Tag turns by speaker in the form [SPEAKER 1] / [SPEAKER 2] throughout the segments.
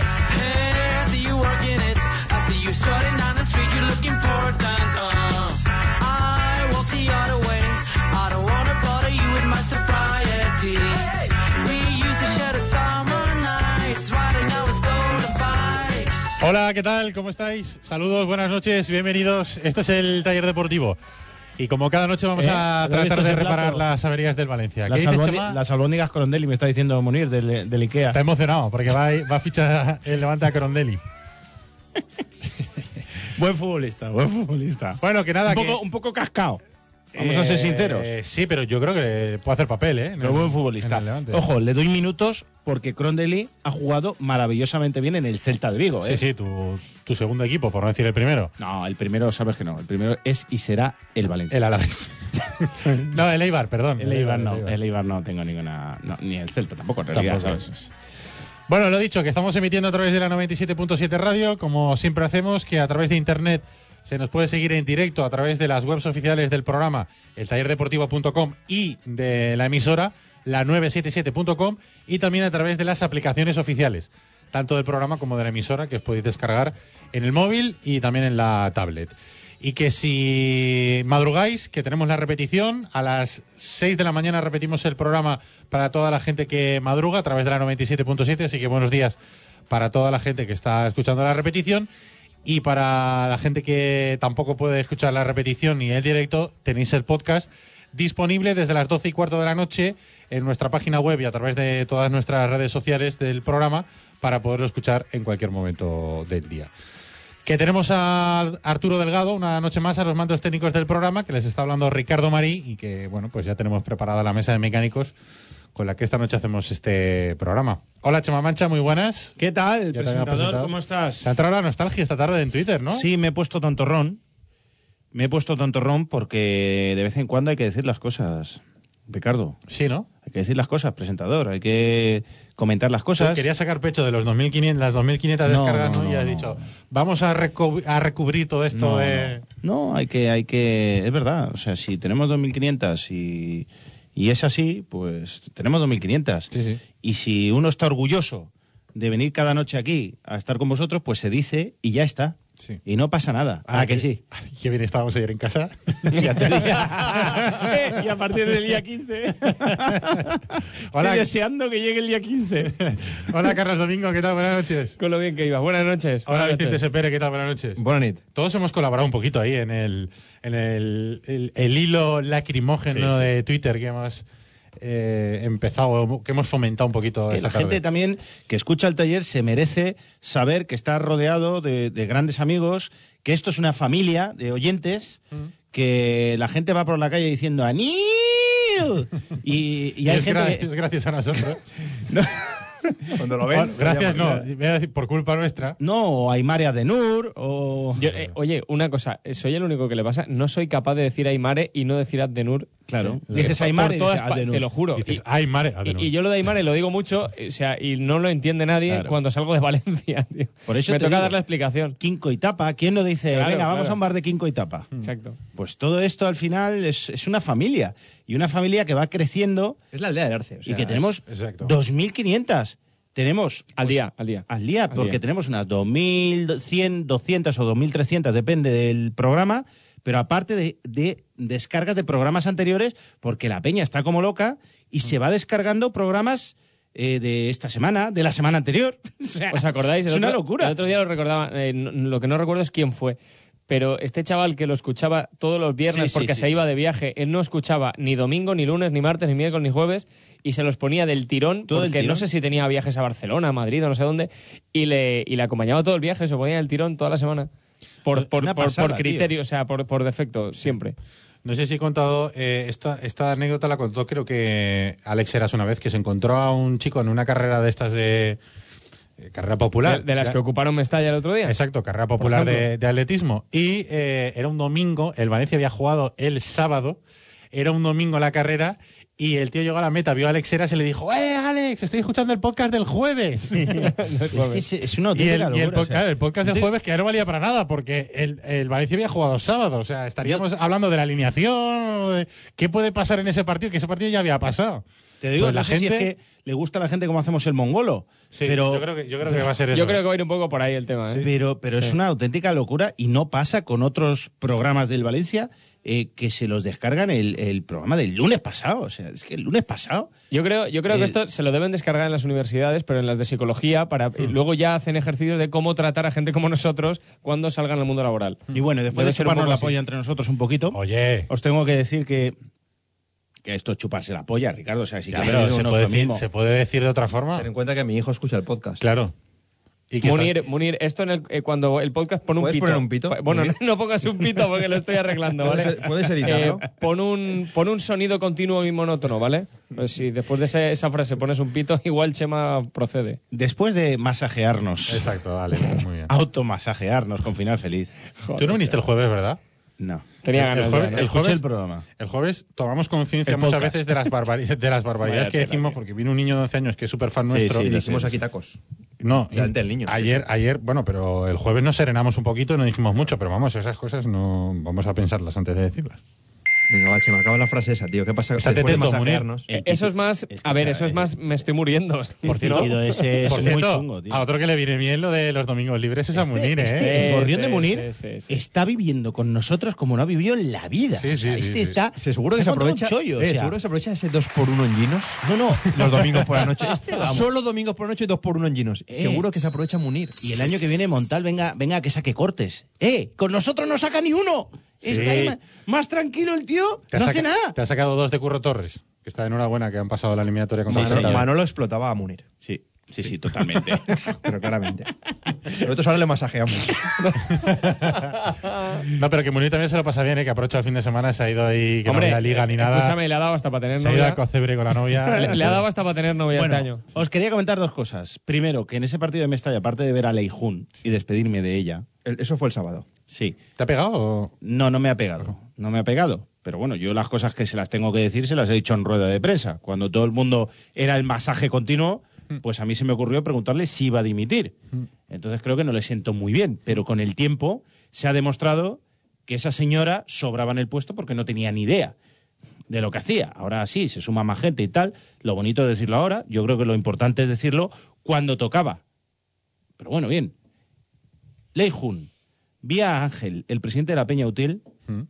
[SPEAKER 1] After you working it, after you strutting down the street, you look important. Uh, I walk the other way. I don't wanna bother you with my sobriety. We used to share the summer nights, riding our stolen bikes.
[SPEAKER 2] Hola, ¿qué tal? ¿Cómo estáis? Saludos, buenas noches, bienvenidos. Esto es el taller deportivo. Y como cada noche vamos
[SPEAKER 3] Eh,
[SPEAKER 2] a
[SPEAKER 3] ¿lo he
[SPEAKER 2] tratar
[SPEAKER 3] visto
[SPEAKER 2] de
[SPEAKER 3] ese
[SPEAKER 2] reparar
[SPEAKER 3] plato?
[SPEAKER 2] las averías del Valencia. ¿Qué
[SPEAKER 3] Las,
[SPEAKER 2] dices,
[SPEAKER 3] albondi-
[SPEAKER 2] Chema?
[SPEAKER 3] las albóndigas Corondelli me está diciendo Munir del, del Ikea.
[SPEAKER 2] Está emocionado porque va, va a fichar el Levante a Corondelli.
[SPEAKER 3] Buen futbolista, buen futbolista.
[SPEAKER 2] Bueno, que nada,
[SPEAKER 3] un,
[SPEAKER 2] que-
[SPEAKER 3] poco, un poco cascao. Vamos a ser
[SPEAKER 2] Eh,
[SPEAKER 3] sinceros.
[SPEAKER 2] Sí, pero yo creo que puede hacer papel, ¿eh? En
[SPEAKER 3] Pero
[SPEAKER 2] el-
[SPEAKER 3] buen
[SPEAKER 2] en
[SPEAKER 3] futbolista.
[SPEAKER 2] el Levante.
[SPEAKER 3] Ojo, le doy minutos porque Crondelli ha jugado maravillosamente bien en el Celta de Vigo.
[SPEAKER 2] Sí,
[SPEAKER 3] ¿eh?
[SPEAKER 2] sí, tu, tu segundo equipo, por no decir el primero.
[SPEAKER 3] No, el primero sabes que no. El primero es y será el Valencia.
[SPEAKER 2] El Alavés. no, el Eibar, perdón.
[SPEAKER 3] El Eibar no,
[SPEAKER 2] el
[SPEAKER 3] el Eibar no tengo ninguna. no, ni el Celta tampoco, en realidad,
[SPEAKER 2] Tampoco.
[SPEAKER 3] ¿sabes?
[SPEAKER 2] Bueno, lo dicho, que estamos emitiendo a través de la 97.7 radio, como siempre hacemos, que a través de internet se nos puede seguir en directo a través de las webs oficiales del programa, eltallerdeportivo.com y de la emisora, la 977.com, y también a través de las aplicaciones oficiales, tanto del programa como de la emisora, que os podéis descargar en el móvil y también en la tablet. Y que si madrugáis, que tenemos la repetición, a las 6 de la mañana repetimos el programa para toda la gente que madruga a través de la 97.7, así que buenos días para toda la gente que está escuchando la repetición. Y para la gente que tampoco puede escuchar la repetición ni el directo, tenéis el podcast disponible desde las 12 y cuarto de la noche en nuestra página web y a través de todas nuestras redes sociales del programa para poderlo escuchar en cualquier momento del día. Que tenemos a Arturo Delgado una noche más a los mandos técnicos del programa, que les está hablando Ricardo Marí y que, bueno, pues ya tenemos preparada la mesa de mecánicos con la que esta noche hacemos este programa. Hola, Chema Mancha, muy buenas.
[SPEAKER 3] ¿Qué tal,
[SPEAKER 2] Ya te había presentado.
[SPEAKER 3] estás?
[SPEAKER 2] Se ha entrado la nostalgia esta tarde en Twitter, ¿no?
[SPEAKER 3] Sí, me he puesto tontorrón. Me he puesto tontorrón porque de vez en cuando hay que decir las cosas, Ricardo.
[SPEAKER 2] Sí, ¿no?
[SPEAKER 3] Hay que decir las cosas, presentador. Hay que comentar las
[SPEAKER 2] Tú
[SPEAKER 3] cosas.
[SPEAKER 2] Querías sacar pecho de los 2.500, las 2.500
[SPEAKER 3] No,
[SPEAKER 2] descargas, ¿no?
[SPEAKER 3] no,
[SPEAKER 2] y
[SPEAKER 3] no,
[SPEAKER 2] has
[SPEAKER 3] no.
[SPEAKER 2] dicho, vamos a, recu- a recubrir todo esto
[SPEAKER 3] no,
[SPEAKER 2] de...
[SPEAKER 3] no. No, hay que, hay que. Es verdad. O sea, si tenemos 2.500 y, y es así, pues tenemos 2.500.
[SPEAKER 2] Sí, sí.
[SPEAKER 3] Y si uno está orgulloso de venir cada noche aquí a estar con vosotros, pues se dice y ya está.
[SPEAKER 2] Sí. Ah,
[SPEAKER 3] Y no pasa nada. ¿A Ah, que sí?
[SPEAKER 2] Ay, Qué bien estábamos ayer en casa.
[SPEAKER 3] Ya te digo. y a partir del día 15.
[SPEAKER 2] Hola.
[SPEAKER 3] Estoy deseando que llegue el día 15.
[SPEAKER 2] Hola, Carlos Domingo, ¿qué tal? Buenas noches.
[SPEAKER 4] Con lo bien que ibas. Buenas noches.
[SPEAKER 2] Hola,
[SPEAKER 4] Buenas
[SPEAKER 2] Vicente
[SPEAKER 4] noches.
[SPEAKER 2] Sepere, ¿qué tal? Buenas noches.
[SPEAKER 3] Bonanit.
[SPEAKER 2] Todos hemos colaborado un poquito ahí en el, en el, el- el hilo lacrimógeno
[SPEAKER 3] Sí, sí,
[SPEAKER 2] de Twitter que hemos eh, empezado, que hemos fomentado un poquito
[SPEAKER 3] Que
[SPEAKER 2] esta
[SPEAKER 3] la
[SPEAKER 2] tarde.
[SPEAKER 3] gente también que escucha el taller se merece saber que está rodeado de, de grandes amigos, que esto es una familia de oyentes, que la gente va por la calle diciendo ¡Anil! Y, y hay
[SPEAKER 2] es, gra-
[SPEAKER 3] gente que-
[SPEAKER 2] es gracias a nosotros.
[SPEAKER 5] Cuando lo
[SPEAKER 2] Bueno,
[SPEAKER 5] ven.
[SPEAKER 2] gracias,
[SPEAKER 5] oye,
[SPEAKER 2] no,
[SPEAKER 5] mira,
[SPEAKER 2] voy a decir por culpa nuestra.
[SPEAKER 3] No, o Aymarea de Nur, o...
[SPEAKER 4] Yo, eh, oye, una cosa. eh, Soy el único que le pasa. No soy capaz de decir Aymare y no decir Addenur.
[SPEAKER 3] Claro,
[SPEAKER 4] Sí.
[SPEAKER 3] dices
[SPEAKER 4] Por-
[SPEAKER 3] Aymare
[SPEAKER 4] por
[SPEAKER 3] y
[SPEAKER 4] todas
[SPEAKER 3] dices
[SPEAKER 4] pa-
[SPEAKER 3] Addenur.
[SPEAKER 4] Te lo juro.
[SPEAKER 2] Dices,
[SPEAKER 4] Y-
[SPEAKER 2] ay, mare. ah,
[SPEAKER 4] y,
[SPEAKER 2] no.
[SPEAKER 4] y yo lo de Aymare lo digo mucho, eh, o sea, y no lo entiende nadie
[SPEAKER 3] Claro.
[SPEAKER 4] cuando salgo de Valencia, tío.
[SPEAKER 3] Por eso
[SPEAKER 4] Me
[SPEAKER 3] te
[SPEAKER 4] toca
[SPEAKER 3] digo.
[SPEAKER 4] dar la explicación.
[SPEAKER 3] Quinco y Tapa, ¿quién no dice,
[SPEAKER 4] Claro,
[SPEAKER 3] venga, vamos
[SPEAKER 4] claro. Mm.
[SPEAKER 3] a un bar de Quinco y Tapa?
[SPEAKER 4] Exacto.
[SPEAKER 3] Pues todo esto al final es, es una familia, y una familia que va creciendo
[SPEAKER 5] Es la aldea de Arce. o sea,
[SPEAKER 3] y que tenemos
[SPEAKER 2] exacto.
[SPEAKER 3] 2.500. Tenemos...
[SPEAKER 4] Al
[SPEAKER 3] pues,
[SPEAKER 4] día, al día.
[SPEAKER 3] al día,
[SPEAKER 4] Al
[SPEAKER 3] porque
[SPEAKER 4] día.
[SPEAKER 3] tenemos unas 2.100, 200 o 2.300, depende del programa, pero aparte de, de descargas de programas anteriores, porque la peña está como loca y se va descargando programas eh, de esta semana, de la semana anterior. O sea,
[SPEAKER 4] ¿Os acordáis? El
[SPEAKER 3] Es una
[SPEAKER 4] otro-
[SPEAKER 3] locura.
[SPEAKER 4] El otro día lo recordaba, eh, no- lo que no recuerdo es quién fue, pero este chaval que lo escuchaba todos los viernes
[SPEAKER 3] Sí, sí,
[SPEAKER 4] porque
[SPEAKER 3] sí,
[SPEAKER 4] se
[SPEAKER 3] sí.
[SPEAKER 4] iba de viaje, él no escuchaba ni domingo, ni lunes, ni martes, ni miércoles, ni jueves, y se los ponía del tirón,
[SPEAKER 3] Todo el
[SPEAKER 4] porque no
[SPEAKER 3] tirón.
[SPEAKER 4] sé si tenía viajes a Barcelona, a Madrid o no sé dónde, y le, y le acompañaba todo el viaje, se ponía del tirón toda la semana. Por, por,
[SPEAKER 3] Una
[SPEAKER 4] por- por
[SPEAKER 3] pasada,
[SPEAKER 4] criterio, o sea, por, por defecto, siempre.
[SPEAKER 2] No sé si he contado, eh, esta, esta anécdota la contó creo que Alex Eras una vez, que se encontró a un chico en una carrera de estas de... eh, carrera popular.
[SPEAKER 4] De, de las
[SPEAKER 2] Ya-
[SPEAKER 4] que ocuparon Mestalla el otro día.
[SPEAKER 2] Exacto, carrera popular
[SPEAKER 4] ejemplo.
[SPEAKER 2] de, de atletismo. Y eh, era un domingo, el Valencia había jugado el sábado, era un domingo la carrera. Y el tío llegó a la meta, vio a Alex Heras y le dijo, ¡Eh, Alex, estoy escuchando el podcast del jueves!
[SPEAKER 3] Es, que es, es
[SPEAKER 2] y
[SPEAKER 3] una auténtica
[SPEAKER 2] el, y el
[SPEAKER 3] locura, o
[SPEAKER 2] podcast-
[SPEAKER 3] sea.
[SPEAKER 2] el podcast del jueves que ya no valía para nada, porque el, el Valencia había jugado sábado. O sea, estaríamos hablando de la alineación, de qué puede pasar en ese partido, que ese partido ya había pasado.
[SPEAKER 3] Te digo,
[SPEAKER 2] Pues
[SPEAKER 3] la
[SPEAKER 2] la
[SPEAKER 3] gente
[SPEAKER 2] gente-
[SPEAKER 3] es que le gusta a la gente como hacemos el mongolo.
[SPEAKER 2] Sí,
[SPEAKER 3] pero,
[SPEAKER 2] yo, creo que, yo creo que va a ser eso.
[SPEAKER 4] Yo creo que va a ir un poco por ahí el tema. ¿eh?
[SPEAKER 3] pero, pero es una auténtica locura y no pasa con otros programas del Valencia eh, que se los descargan el, el programa del lunes pasado. O sea, es que el lunes pasado.
[SPEAKER 4] Yo creo, yo creo
[SPEAKER 3] Eh,
[SPEAKER 4] que esto se lo deben descargar en las universidades, pero en las de psicología, para y
[SPEAKER 5] Hmm.
[SPEAKER 4] luego ya hacen ejercicios de cómo tratar a gente como nosotros cuando salgan al mundo laboral.
[SPEAKER 3] Y bueno, después
[SPEAKER 4] Debe
[SPEAKER 3] de
[SPEAKER 4] ser un
[SPEAKER 3] chuparnos
[SPEAKER 4] poco
[SPEAKER 3] la
[SPEAKER 4] así.
[SPEAKER 3] polla entre nosotros un poquito,
[SPEAKER 2] Oye,
[SPEAKER 3] os tengo que decir que, que esto es chuparse la polla, Ricardo. O sea, sí
[SPEAKER 2] ya,
[SPEAKER 3] que
[SPEAKER 2] pero
[SPEAKER 3] es
[SPEAKER 2] se
[SPEAKER 3] un
[SPEAKER 2] puede, decir,
[SPEAKER 3] eufemismo.
[SPEAKER 2] se puede decir de otra forma.
[SPEAKER 5] Ten en cuenta que mi hijo escucha el podcast.
[SPEAKER 2] Claro. Y que está-
[SPEAKER 4] Munir, Munir, esto en el, eh, cuando el podcast pone un
[SPEAKER 5] ¿Puedes
[SPEAKER 4] pito.
[SPEAKER 5] poner un pito,
[SPEAKER 4] Pa- Bueno, no,
[SPEAKER 5] Munir?
[SPEAKER 4] no pongas un pito porque lo estoy arreglando, ¿vale? Eh,
[SPEAKER 5] ¿Puedes- puedes editarlo?
[SPEAKER 4] pon, un, pon un sonido continuo y monótono, ¿vale? Pues si después de ese- esa frase pones un pito, igual Chema procede.
[SPEAKER 3] Después de masajearnos,
[SPEAKER 2] Exacto, vale, muy
[SPEAKER 3] Ah,
[SPEAKER 2] bien.
[SPEAKER 3] automasajearnos con final feliz.
[SPEAKER 2] Tú no viniste el jueves, ¿verdad?
[SPEAKER 3] No.
[SPEAKER 4] Tenía
[SPEAKER 2] el
[SPEAKER 4] ganas de
[SPEAKER 2] jueves-
[SPEAKER 4] ganar.
[SPEAKER 2] el
[SPEAKER 3] Escuché el programa.
[SPEAKER 2] El jueves tomamos conciencia
[SPEAKER 3] El
[SPEAKER 2] muchas
[SPEAKER 3] podcast.
[SPEAKER 2] veces de las, barbari- de las barbaridades
[SPEAKER 4] Vaya
[SPEAKER 2] que
[SPEAKER 4] tela,
[SPEAKER 2] decimos,
[SPEAKER 4] tío.
[SPEAKER 2] porque vino un niño de 11 años que es súper fan
[SPEAKER 3] Sí,
[SPEAKER 2] nuestro.
[SPEAKER 3] sí,
[SPEAKER 5] Y
[SPEAKER 2] y-
[SPEAKER 5] dijimos
[SPEAKER 3] sí,
[SPEAKER 5] aquí tacos.
[SPEAKER 2] no, y
[SPEAKER 5] delante del niño, sí,
[SPEAKER 2] Ayer, ayer, bueno, pero el jueves nos serenamos un poquito, no dijimos mucho, pero vamos, esas cosas no vamos a pensarlas antes de decirlas.
[SPEAKER 5] Venga, va, Chema, acaba la frase esa, tío. ¿Qué pasa
[SPEAKER 2] Estate
[SPEAKER 5] después de
[SPEAKER 2] atento, Munir.
[SPEAKER 5] masajearnos?
[SPEAKER 4] Eh, Eso es más. A ver,
[SPEAKER 2] eh,
[SPEAKER 4] eso es más. Me estoy muriendo.
[SPEAKER 3] Por
[SPEAKER 4] ¿no?
[SPEAKER 3] cierto, ese es
[SPEAKER 2] Por
[SPEAKER 3] muy
[SPEAKER 2] cierto,
[SPEAKER 3] chungo, tío.
[SPEAKER 2] a otro que le viene bien lo de los domingos libres es a Munir, ¿eh?
[SPEAKER 3] Este,
[SPEAKER 4] Sí,
[SPEAKER 3] el gorrión
[SPEAKER 4] sí,
[SPEAKER 3] de Munir
[SPEAKER 4] sí, sí, sí.
[SPEAKER 3] está viviendo con nosotros como no ha vivido en la vida.
[SPEAKER 2] Sí,
[SPEAKER 3] O sea,
[SPEAKER 2] sí, sí,
[SPEAKER 3] este
[SPEAKER 2] sí.
[SPEAKER 3] está.
[SPEAKER 5] Se- seguro que
[SPEAKER 3] ha
[SPEAKER 5] se
[SPEAKER 3] encontrado un
[SPEAKER 5] aprovecha.
[SPEAKER 3] chollo, o
[SPEAKER 5] eh,
[SPEAKER 3] sea.
[SPEAKER 5] seguro que se aprovecha ese 2x1 en Ginos.
[SPEAKER 3] No, no.
[SPEAKER 5] Los domingos por la noche.
[SPEAKER 3] Este, vamos.
[SPEAKER 5] Solo domingos por la noche y 2x1 en Ginos.
[SPEAKER 3] Eh.
[SPEAKER 5] Seguro que se aprovecha Munir.
[SPEAKER 3] Y el año que viene Montal, venga, venga que saque cortes. ¡Eh! Con nosotros no saca ni uno. Está ahí ma- más tranquilo el tío.
[SPEAKER 2] Te ha
[SPEAKER 3] No
[SPEAKER 2] saca-
[SPEAKER 3] hace nada.
[SPEAKER 2] Te ha sacado dos de Curro Torres, que está en una buena, que han pasado la eliminatoria con
[SPEAKER 3] Sí,
[SPEAKER 5] Manolo,
[SPEAKER 3] señor.
[SPEAKER 2] Santander.
[SPEAKER 5] Manolo explotaba a Munir.
[SPEAKER 3] Sí, sí, sí, totalmente.
[SPEAKER 5] Pero claramente. Nosotros ahora le masajeamos.
[SPEAKER 2] No, pero que Munir también se lo pasa bien, ¿eh? que aprovecha el fin de semana, se ha ido ahí, que
[SPEAKER 4] Hombre,
[SPEAKER 2] no había liga ni nada.
[SPEAKER 4] Escúchame, le ha dado hasta para tener
[SPEAKER 2] se ha ido
[SPEAKER 4] novia.
[SPEAKER 2] a Cocebre con la novia.
[SPEAKER 4] Le, le ha dado hasta para tener novia
[SPEAKER 3] bueno,
[SPEAKER 4] este año.
[SPEAKER 3] os quería comentar dos cosas. Primero, que en ese partido de Mestalla, aparte de ver a Leijun y despedirme de ella,
[SPEAKER 5] El- Eso fue el sábado.
[SPEAKER 3] sí,
[SPEAKER 2] ¿Te ha pegado? o-
[SPEAKER 3] No, no me ha pegado. No me ha pegado. Pero bueno, yo las cosas que se las tengo que decir se las he dicho en rueda de prensa. Cuando todo el mundo era el masaje continuo, pues a mí se me ocurrió preguntarle si iba a dimitir. Entonces creo que no le siento muy bien. Pero con el tiempo se ha demostrado que esa señora sobraba en el puesto porque no tenía ni idea de lo que hacía. Ahora sí, se suma más gente y tal. Lo bonito es decirlo ahora. Yo creo que lo importante es decirlo cuando tocaba. Pero bueno, bien. Lei Jun, vía a Ángel, el presidente de la Peña Util,
[SPEAKER 5] Hmm.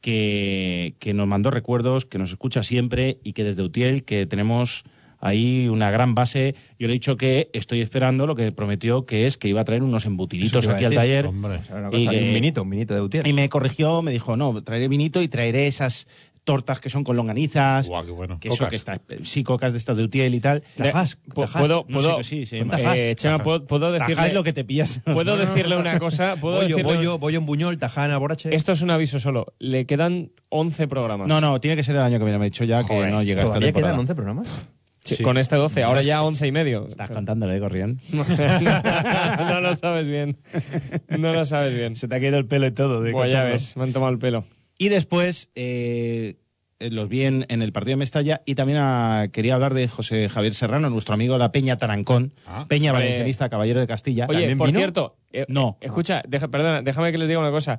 [SPEAKER 3] que, que nos mandó recuerdos, que nos escucha siempre y que desde Utiel que tenemos ahí una gran base. Yo le he dicho que estoy esperando lo que prometió, que es que iba a traer unos
[SPEAKER 5] Eso te
[SPEAKER 3] embutiditos
[SPEAKER 5] iba a
[SPEAKER 3] aquí al
[SPEAKER 5] decir,
[SPEAKER 3] taller.
[SPEAKER 2] hombre.
[SPEAKER 5] O sea, una
[SPEAKER 3] Y
[SPEAKER 5] cosa,
[SPEAKER 3] que-
[SPEAKER 5] un minito, un minito de Utiel.
[SPEAKER 3] Y me corrigió, me dijo, no, traeré vinito y traeré esas tortas que son con longanizas.
[SPEAKER 2] Guau, Ah, qué bueno.
[SPEAKER 3] Que eso
[SPEAKER 2] Cocas.
[SPEAKER 3] que está, sí, cocas de estas de Utiel y tal.
[SPEAKER 5] Tajas,
[SPEAKER 4] Eh, Pu-
[SPEAKER 5] tajas.
[SPEAKER 4] ¿Puedo,
[SPEAKER 3] No
[SPEAKER 4] puedo,
[SPEAKER 3] sé, sí, sí,
[SPEAKER 4] eh,
[SPEAKER 3] tajas,
[SPEAKER 4] Chema,
[SPEAKER 3] tajas.
[SPEAKER 4] ¿puedo, puedo
[SPEAKER 3] Tajá
[SPEAKER 4] decirle,
[SPEAKER 3] es lo que te pillas.
[SPEAKER 4] ¿puedo decirle una cosa? ¿Puedo
[SPEAKER 5] Bollo,
[SPEAKER 4] decirle-
[SPEAKER 5] bollo, bollo en buñol, taján, aborache.
[SPEAKER 4] Esto es un aviso solo. Le quedan 11 programas.
[SPEAKER 3] No, no, tiene que ser el año que viene. Me he dicho ya que
[SPEAKER 4] Joder, pues
[SPEAKER 3] no llega esta
[SPEAKER 5] ¿Todavía
[SPEAKER 3] temporada.
[SPEAKER 5] quedan 11 programas?
[SPEAKER 4] Sí,
[SPEAKER 2] Sí.
[SPEAKER 4] Con este 12, ahora ya 11 y medio.
[SPEAKER 3] Estás cantándolo, ¿eh, Gorrión?
[SPEAKER 4] no lo sabes bien. No lo sabes bien.
[SPEAKER 3] te ha caído el pelo y todo. de
[SPEAKER 4] Pues ya
[SPEAKER 3] cantarlo.
[SPEAKER 4] ves, me han tomado el pelo.
[SPEAKER 3] Y después eh, los vi en, en el partido de Mestalla y también ah, quería hablar de José Javier Serrano, nuestro amigo la Peña Tarancón,
[SPEAKER 2] Ah.
[SPEAKER 3] Peña
[SPEAKER 4] Hombre.
[SPEAKER 3] Valencianista, Caballero de Castilla.
[SPEAKER 4] Oye,
[SPEAKER 3] ¿También
[SPEAKER 4] por
[SPEAKER 3] vino?
[SPEAKER 4] cierto, eh,
[SPEAKER 3] No.
[SPEAKER 4] Escucha, deja- perdona, déjame que les diga una cosa.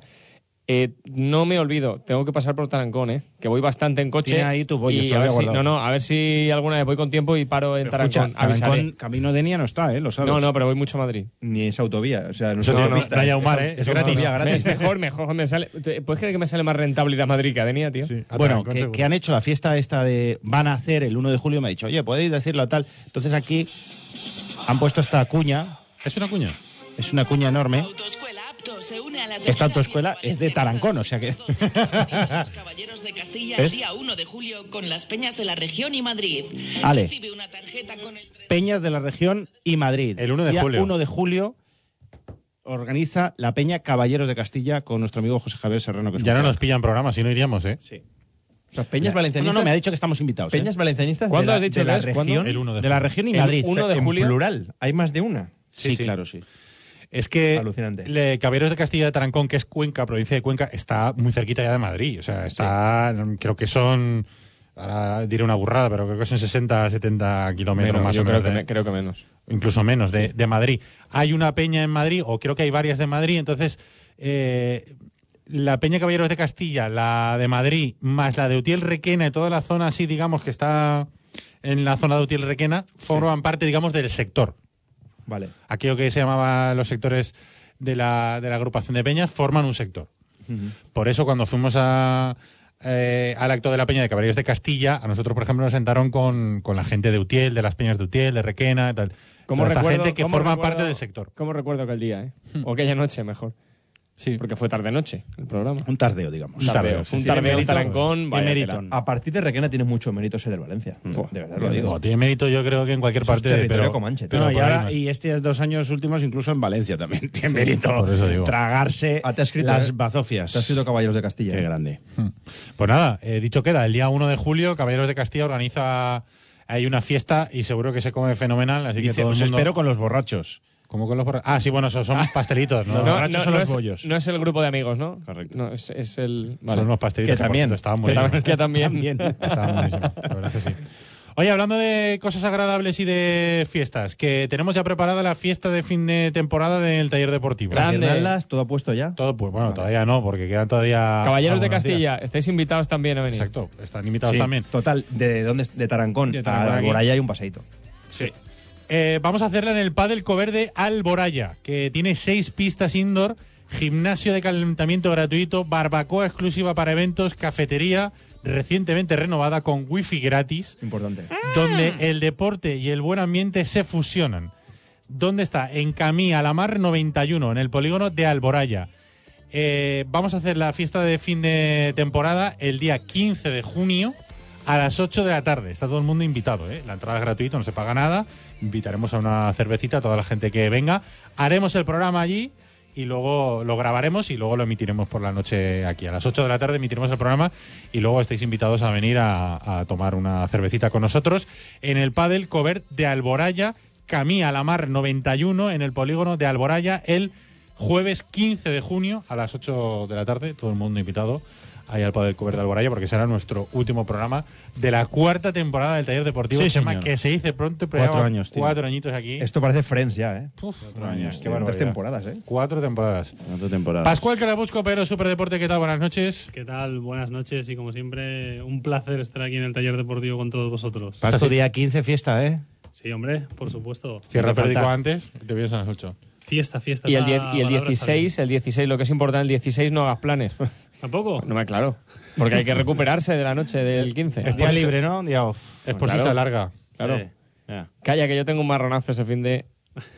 [SPEAKER 4] Eh, no me olvido, tengo que pasar por Tarancón, ¿eh? que voy bastante en coche.
[SPEAKER 3] Tiene ahí tus bollos
[SPEAKER 4] y a
[SPEAKER 3] todavía
[SPEAKER 4] ver si,
[SPEAKER 3] guardados.
[SPEAKER 4] No, no, a ver si alguna vez voy con tiempo y paro en Tarancón.
[SPEAKER 3] Escucha, Tarancón,
[SPEAKER 4] avisaré.
[SPEAKER 3] Camino de Nia no está, ¿eh? Lo sabes.
[SPEAKER 4] No, no, pero voy mucho a Madrid.
[SPEAKER 5] Ni es autovía. O sea, no es
[SPEAKER 2] Eso tiene
[SPEAKER 5] autopista,
[SPEAKER 2] pinta de
[SPEAKER 5] es-
[SPEAKER 2] Yaumar,
[SPEAKER 5] es-
[SPEAKER 2] ¿eh? Es
[SPEAKER 5] es
[SPEAKER 2] gratis.
[SPEAKER 5] autovía
[SPEAKER 4] Es
[SPEAKER 5] gratis.
[SPEAKER 4] mejor, mejor. Me sale, ¿te- ¿Puedes creer que me sale más rentable ir a Madrid que a Denia, tío?
[SPEAKER 2] Sí, a
[SPEAKER 3] Bueno,
[SPEAKER 2] Tarancón,
[SPEAKER 3] que,
[SPEAKER 2] seguro.
[SPEAKER 3] que han hecho la fiesta esta de... Van a hacer el 1 de julio, me ha dicho, oye, podéis decirlo a tal. Entonces aquí han puesto esta cuña,
[SPEAKER 2] ¿Es una cuña?
[SPEAKER 3] es una cuña enorme.
[SPEAKER 6] Autoescuela Aptos. se une a las
[SPEAKER 3] Esta autoescuela es de Tarancón, o sea que.
[SPEAKER 6] Caballeros de Castilla
[SPEAKER 3] ¿Ves?
[SPEAKER 6] el día 1 de julio con las peñas de la región y Madrid.
[SPEAKER 3] Ale.
[SPEAKER 6] Recibe una tarjeta con el
[SPEAKER 3] Peñas de la región y Madrid.
[SPEAKER 2] El 1 de
[SPEAKER 3] Día
[SPEAKER 2] julio.
[SPEAKER 3] 1 de julio organiza la Peña Caballeros de Castilla con nuestro amigo José Javier Serrano. Que es un
[SPEAKER 2] Ya no
[SPEAKER 3] crack.
[SPEAKER 2] nos pillan programas, si no iríamos, ¿eh?
[SPEAKER 3] Sí.
[SPEAKER 5] Las peñas
[SPEAKER 3] No,
[SPEAKER 5] valencianistas.
[SPEAKER 3] no, me ha dicho que estamos invitados. ¿eh?
[SPEAKER 5] Peñas valencianistas. de
[SPEAKER 4] ¿Cuándo
[SPEAKER 5] la-
[SPEAKER 4] has dicho
[SPEAKER 5] de la
[SPEAKER 4] que es? ¿Cuándo?
[SPEAKER 5] región.
[SPEAKER 2] El 1 de
[SPEAKER 3] de la
[SPEAKER 2] julio.
[SPEAKER 3] región y
[SPEAKER 4] El
[SPEAKER 3] Madrid.
[SPEAKER 4] 1 de
[SPEAKER 5] en
[SPEAKER 4] julio.
[SPEAKER 5] plural. Hay más de una.
[SPEAKER 3] Sí,
[SPEAKER 2] Sí, sí.
[SPEAKER 3] claro, sí.
[SPEAKER 2] Es que
[SPEAKER 5] Alucinante.
[SPEAKER 2] le- Caballeros de Castilla de Tarancón, que es Cuenca, provincia de Cuenca, está muy cerquita ya de Madrid. O sea, está, creo que son, ahora diré una burrada, pero creo que son 60, 70 kilómetros
[SPEAKER 4] Menos,
[SPEAKER 2] más
[SPEAKER 4] yo
[SPEAKER 2] o
[SPEAKER 4] creo,
[SPEAKER 2] menos. ¿eh?
[SPEAKER 4] que
[SPEAKER 2] de-
[SPEAKER 4] me- creo que menos.
[SPEAKER 2] incluso menos, de, de Madrid. Hay una peña en Madrid, o creo que hay varias de Madrid, entonces eh, la peña Caballeros de Castilla, la de Madrid, más la de Utiel Requena y toda la zona así, digamos, que está en la zona de Utiel Requena, forman parte, digamos, del sector.
[SPEAKER 5] Vale.
[SPEAKER 2] Aquello que se llamaba los sectores de la, de la agrupación de peñas, forman un sector. Por eso cuando fuimos a, eh, al acto de la Peña de Caballeros de Castilla, a nosotros, por ejemplo, nos sentaron con, con la gente de Utiel, de las peñas de Utiel, de Requena, y tal.
[SPEAKER 4] ¿Cómo
[SPEAKER 2] Toda esta
[SPEAKER 4] recuerdo-
[SPEAKER 2] gente que
[SPEAKER 4] cómo
[SPEAKER 2] forma
[SPEAKER 4] recuerdo-
[SPEAKER 2] parte del sector. Hmm.
[SPEAKER 4] ¿Cómo recuerdo aquel día, eh? O aquella noche, mejor.
[SPEAKER 2] Sí.
[SPEAKER 4] Porque fue tarde-noche el programa.
[SPEAKER 3] Un tardeo, digamos.
[SPEAKER 2] Un tardeo,
[SPEAKER 4] Fue
[SPEAKER 2] sí,
[SPEAKER 4] un
[SPEAKER 2] sí.
[SPEAKER 4] tardeo, un
[SPEAKER 5] Mérito.
[SPEAKER 4] tarancón, vaya
[SPEAKER 3] Mérito.
[SPEAKER 4] tela.
[SPEAKER 5] A partir de Requena tiene mucho mérito ese del Valencia.
[SPEAKER 4] Buah.
[SPEAKER 5] De verdad lo digo.
[SPEAKER 2] eh, No, tiene mérito yo creo que en cualquier
[SPEAKER 5] Eso es
[SPEAKER 2] parte de
[SPEAKER 5] territorio
[SPEAKER 2] pero,
[SPEAKER 5] comanche,
[SPEAKER 2] pero
[SPEAKER 3] No, y,
[SPEAKER 2] por ahí
[SPEAKER 3] ahora-
[SPEAKER 2] más.
[SPEAKER 3] y estos dos años últimos, incluso en Valencia también. Tiene
[SPEAKER 2] Sí,
[SPEAKER 3] mérito
[SPEAKER 2] por eso digo.
[SPEAKER 3] tragarse
[SPEAKER 5] Ah, te ha escrito,
[SPEAKER 3] las
[SPEAKER 5] ¿eh?
[SPEAKER 3] bazofias.
[SPEAKER 5] Te has sido Caballeros de Castilla.
[SPEAKER 3] Qué grande.
[SPEAKER 2] Pues nada, eh, dicho queda, el día 1 de julio Caballeros de Castilla organiza hay una fiesta y seguro que se come fenomenal, así que
[SPEAKER 3] Dice,
[SPEAKER 2] todo el
[SPEAKER 3] os
[SPEAKER 2] mundo
[SPEAKER 3] espero con los borrachos.
[SPEAKER 2] como con los borra- Ah, sí, bueno, esos son pastelitos, ¿no?
[SPEAKER 3] No,
[SPEAKER 2] Son
[SPEAKER 3] borrachos son los
[SPEAKER 4] es,
[SPEAKER 3] bollos.
[SPEAKER 4] no es el grupo de amigos, ¿no?
[SPEAKER 3] Correcto.
[SPEAKER 4] No, es, es el. vale.
[SPEAKER 2] unos pastelitos
[SPEAKER 5] Que también.
[SPEAKER 2] por cierto, estaban
[SPEAKER 4] Que
[SPEAKER 2] muy
[SPEAKER 4] tam- que también.
[SPEAKER 2] Estaba buenísimo, la verdad que sí. Oye, hablando de cosas agradables y de fiestas, que tenemos ya preparada la fiesta de fin de temporada del taller deportivo.
[SPEAKER 4] Grande.
[SPEAKER 5] Guirnaldas, todo puesto ya.
[SPEAKER 2] Todo, pues bueno, todavía no, porque quedan todavía.
[SPEAKER 4] Caballeros de
[SPEAKER 2] algunos
[SPEAKER 4] Castilla,
[SPEAKER 2] días.
[SPEAKER 4] estáis invitados también a venir.
[SPEAKER 2] Exacto, están invitados
[SPEAKER 5] Sí.
[SPEAKER 2] también.
[SPEAKER 5] Total, ¿de dónde? De Tarancón.
[SPEAKER 2] De Tarancón
[SPEAKER 5] a
[SPEAKER 2] aquí.
[SPEAKER 5] Alboraya hay un paseito.
[SPEAKER 2] Sí. Eh, vamos a hacerla en el Padel Coverde Alboraya, que tiene seis pistas indoor, gimnasio de calentamiento gratuito, barbacoa exclusiva para eventos, cafetería recientemente renovada con wifi gratis.
[SPEAKER 5] Importante.
[SPEAKER 2] Mm. donde el deporte y el buen ambiente se fusionan. ¿Dónde está? En Camí, Alamar 91, en el polígono de Alboraya. Eh, vamos a hacer la fiesta de fin de temporada el día 15 de junio a las 8 de la tarde. Está todo el mundo invitado. ¿eh? La entrada es gratuita, no se paga nada. Invitaremos a una cervecita a toda la gente que venga. Haremos el programa allí y luego lo grabaremos y luego lo emitiremos por la noche aquí. A las 8 de la tarde emitiremos el programa y luego estáis invitados a venir a, a tomar una cervecita con nosotros en el Padel Covert de Alboraya, Camí Alamar 91, en el polígono de Alboraya, el jueves 15 de junio a las 8 de la tarde. Todo el mundo invitado ahí al Padel Covert de Alboraya porque será nuestro último programa de la cuarta temporada del Taller Deportivo.
[SPEAKER 3] Sí,
[SPEAKER 2] tema
[SPEAKER 3] señor.
[SPEAKER 2] que se dice pronto, pero
[SPEAKER 3] Cuatro
[SPEAKER 2] llevamos
[SPEAKER 3] años, tío.
[SPEAKER 2] cuatro añitos aquí.
[SPEAKER 5] Esto parece Friends ya, ¿eh?
[SPEAKER 2] Uf,
[SPEAKER 3] años,
[SPEAKER 5] Qué
[SPEAKER 3] tío.
[SPEAKER 5] barbaridad.
[SPEAKER 2] barbaridad.
[SPEAKER 5] temporadas, ¿eh?
[SPEAKER 2] Cuatro temporadas.
[SPEAKER 3] Cuatro temporadas.
[SPEAKER 2] Pascual Carabusco, pero Superdeporte, ¿qué tal? Buenas noches.
[SPEAKER 7] ¿Qué tal? Buenas noches y como siempre, un placer estar aquí en el taller deportivo con todos vosotros.
[SPEAKER 3] Pascu, día 15, fiesta, ¿eh?
[SPEAKER 7] Sí, hombre, por supuesto.
[SPEAKER 2] Cierra el
[SPEAKER 3] Te falta.
[SPEAKER 2] periódico antes, te vienes a las 8.
[SPEAKER 7] Fiesta, fiesta.
[SPEAKER 4] Y el,
[SPEAKER 7] la
[SPEAKER 4] die- y el
[SPEAKER 7] palabra está
[SPEAKER 4] 16, el 16, lo que es importante, el 16 no hagas planes.
[SPEAKER 7] bien. ¿Tampoco?
[SPEAKER 4] No me claro. Porque hay que recuperarse de la noche del 15.
[SPEAKER 3] Día libre, ¿no? Día off.
[SPEAKER 2] Es por
[SPEAKER 4] claro.
[SPEAKER 2] si se alarga.
[SPEAKER 4] Claro.
[SPEAKER 3] Sí. Ya.
[SPEAKER 4] Calla, que yo tengo un marronazo ese fin de.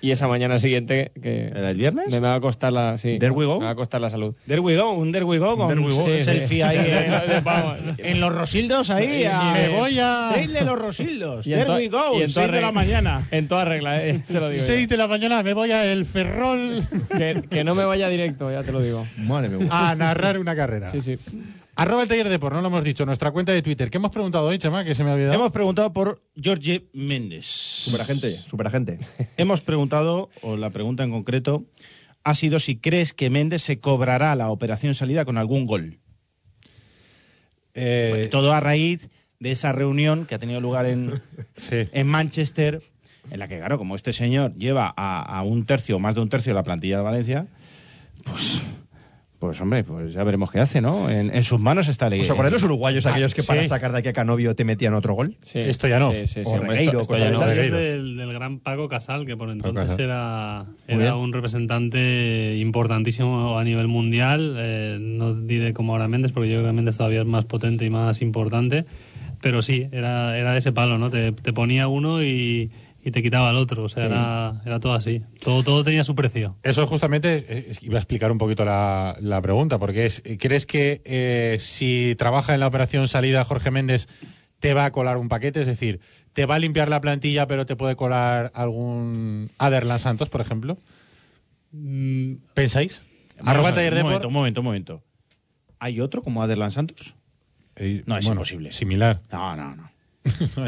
[SPEAKER 4] Y esa mañana siguiente que.
[SPEAKER 3] ¿El del viernes?
[SPEAKER 4] Me, me va a costar la. Sí,
[SPEAKER 3] There we go.
[SPEAKER 4] Me va a costar la salud.
[SPEAKER 3] There we go, un there we go con
[SPEAKER 4] There we go.
[SPEAKER 3] un
[SPEAKER 4] Sí,
[SPEAKER 3] selfie
[SPEAKER 4] sí.
[SPEAKER 3] ahí en,
[SPEAKER 4] Vamos.
[SPEAKER 3] en los Rosildos ahí. a-
[SPEAKER 2] Me voy a.
[SPEAKER 3] Trail de los Rosildos.
[SPEAKER 4] Y en
[SPEAKER 3] There
[SPEAKER 4] to-
[SPEAKER 3] we go,
[SPEAKER 4] y en
[SPEAKER 3] 6
[SPEAKER 4] toda
[SPEAKER 3] de
[SPEAKER 4] regla.
[SPEAKER 3] la mañana.
[SPEAKER 4] En toda regla, eh, te lo digo. yo.
[SPEAKER 2] 6 de la mañana me voy a El Ferrol
[SPEAKER 4] Que, que no me vaya directo, ya te lo digo.
[SPEAKER 5] Madre mía.
[SPEAKER 2] a narrar una carrera.
[SPEAKER 4] Sí, sí.
[SPEAKER 2] Arroba el taller de por, no lo hemos dicho, nuestra cuenta de Twitter. ¿Qué hemos preguntado hoy, Chema? Que se me ha olvidado.
[SPEAKER 3] Hemos preguntado por Jorge Méndez.
[SPEAKER 5] Superagente, superagente.
[SPEAKER 3] Hemos preguntado, o la pregunta en concreto, ha sido si crees que Méndez se cobrará la operación salida con algún gol.
[SPEAKER 2] Eh,
[SPEAKER 3] Todo a raíz de esa reunión que ha tenido lugar en,
[SPEAKER 2] sí.
[SPEAKER 3] en Manchester, en la que, claro, como este señor lleva a, a un tercio, más de un tercio de la plantilla de Valencia, pues, pues hombre, pues ya veremos qué hace, ¿no? En, en sus manos está el
[SPEAKER 2] Pues
[SPEAKER 5] ¿Os acordáis los uruguayos aquellos que
[SPEAKER 2] Ah, sí.
[SPEAKER 5] para sacar de aquí a Canovio te metían otro gol?
[SPEAKER 4] sí.
[SPEAKER 2] Esto ya no.
[SPEAKER 4] Sí, sí, sí,
[SPEAKER 5] O
[SPEAKER 4] hombre,
[SPEAKER 5] Regueiro,
[SPEAKER 4] esto, esto ya
[SPEAKER 5] cosas de
[SPEAKER 4] no.
[SPEAKER 7] Esa
[SPEAKER 2] esas.
[SPEAKER 7] es
[SPEAKER 2] Regueiros.
[SPEAKER 7] del, del gran Paco Casal, que por entonces
[SPEAKER 2] Casal.
[SPEAKER 7] era,
[SPEAKER 5] Muy
[SPEAKER 7] era
[SPEAKER 5] bien.
[SPEAKER 7] un representante importantísimo a nivel mundial. eh, no diré como ahora Méndez, porque yo creo que Méndez todavía es más potente y más importante. Pero sí, era, era de ese palo, ¿no? Te, te ponía uno y, y y te quitaba el otro. O sea, era, era todo así. Todo, todo tenía su precio.
[SPEAKER 2] Eso justamente eh, es- iba a explicar un poquito la, la pregunta, porque es, ¿crees que eh, si trabaja en la operación salida Jorge Méndez te va a colar un paquete? Es decir, ¿te va a limpiar la plantilla pero te puede colar algún Aderlan Santos, por ejemplo? ¿Pensáis?
[SPEAKER 3] Vamos
[SPEAKER 2] Arroba
[SPEAKER 3] a ver,
[SPEAKER 2] Taller
[SPEAKER 3] Mm. un
[SPEAKER 2] Depor.
[SPEAKER 3] momento, un momento, un momento. ¿Hay otro como Aderlan Santos?
[SPEAKER 2] Eh,
[SPEAKER 3] No, es imposible.
[SPEAKER 2] Similar.
[SPEAKER 3] No, no, no.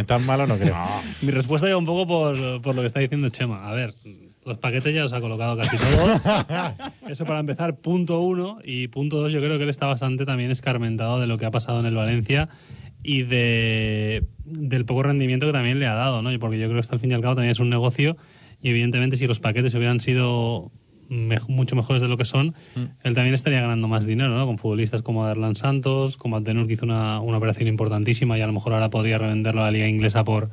[SPEAKER 2] Tan malo no creo.
[SPEAKER 7] Mi respuesta iba un poco por, por lo que está diciendo Chema. A ver, los paquetes ya los ha colocado casi todos. Eso para empezar, punto uno. Y punto dos, yo creo que él está bastante también escarmentado de lo que ha pasado en el Valencia y de, del poco rendimiento que también le ha dado, ¿no? Porque yo creo que hasta al fin y al cabo también es un negocio y evidentemente si los paquetes hubieran sido mej- mucho mejores de lo que son, él también estaría ganando más dinero, ¿no? Con futbolistas como Aderlan Santos, como Atenur, que hizo una, una operación importantísima y a lo mejor ahora podría revenderlo a la liga inglesa por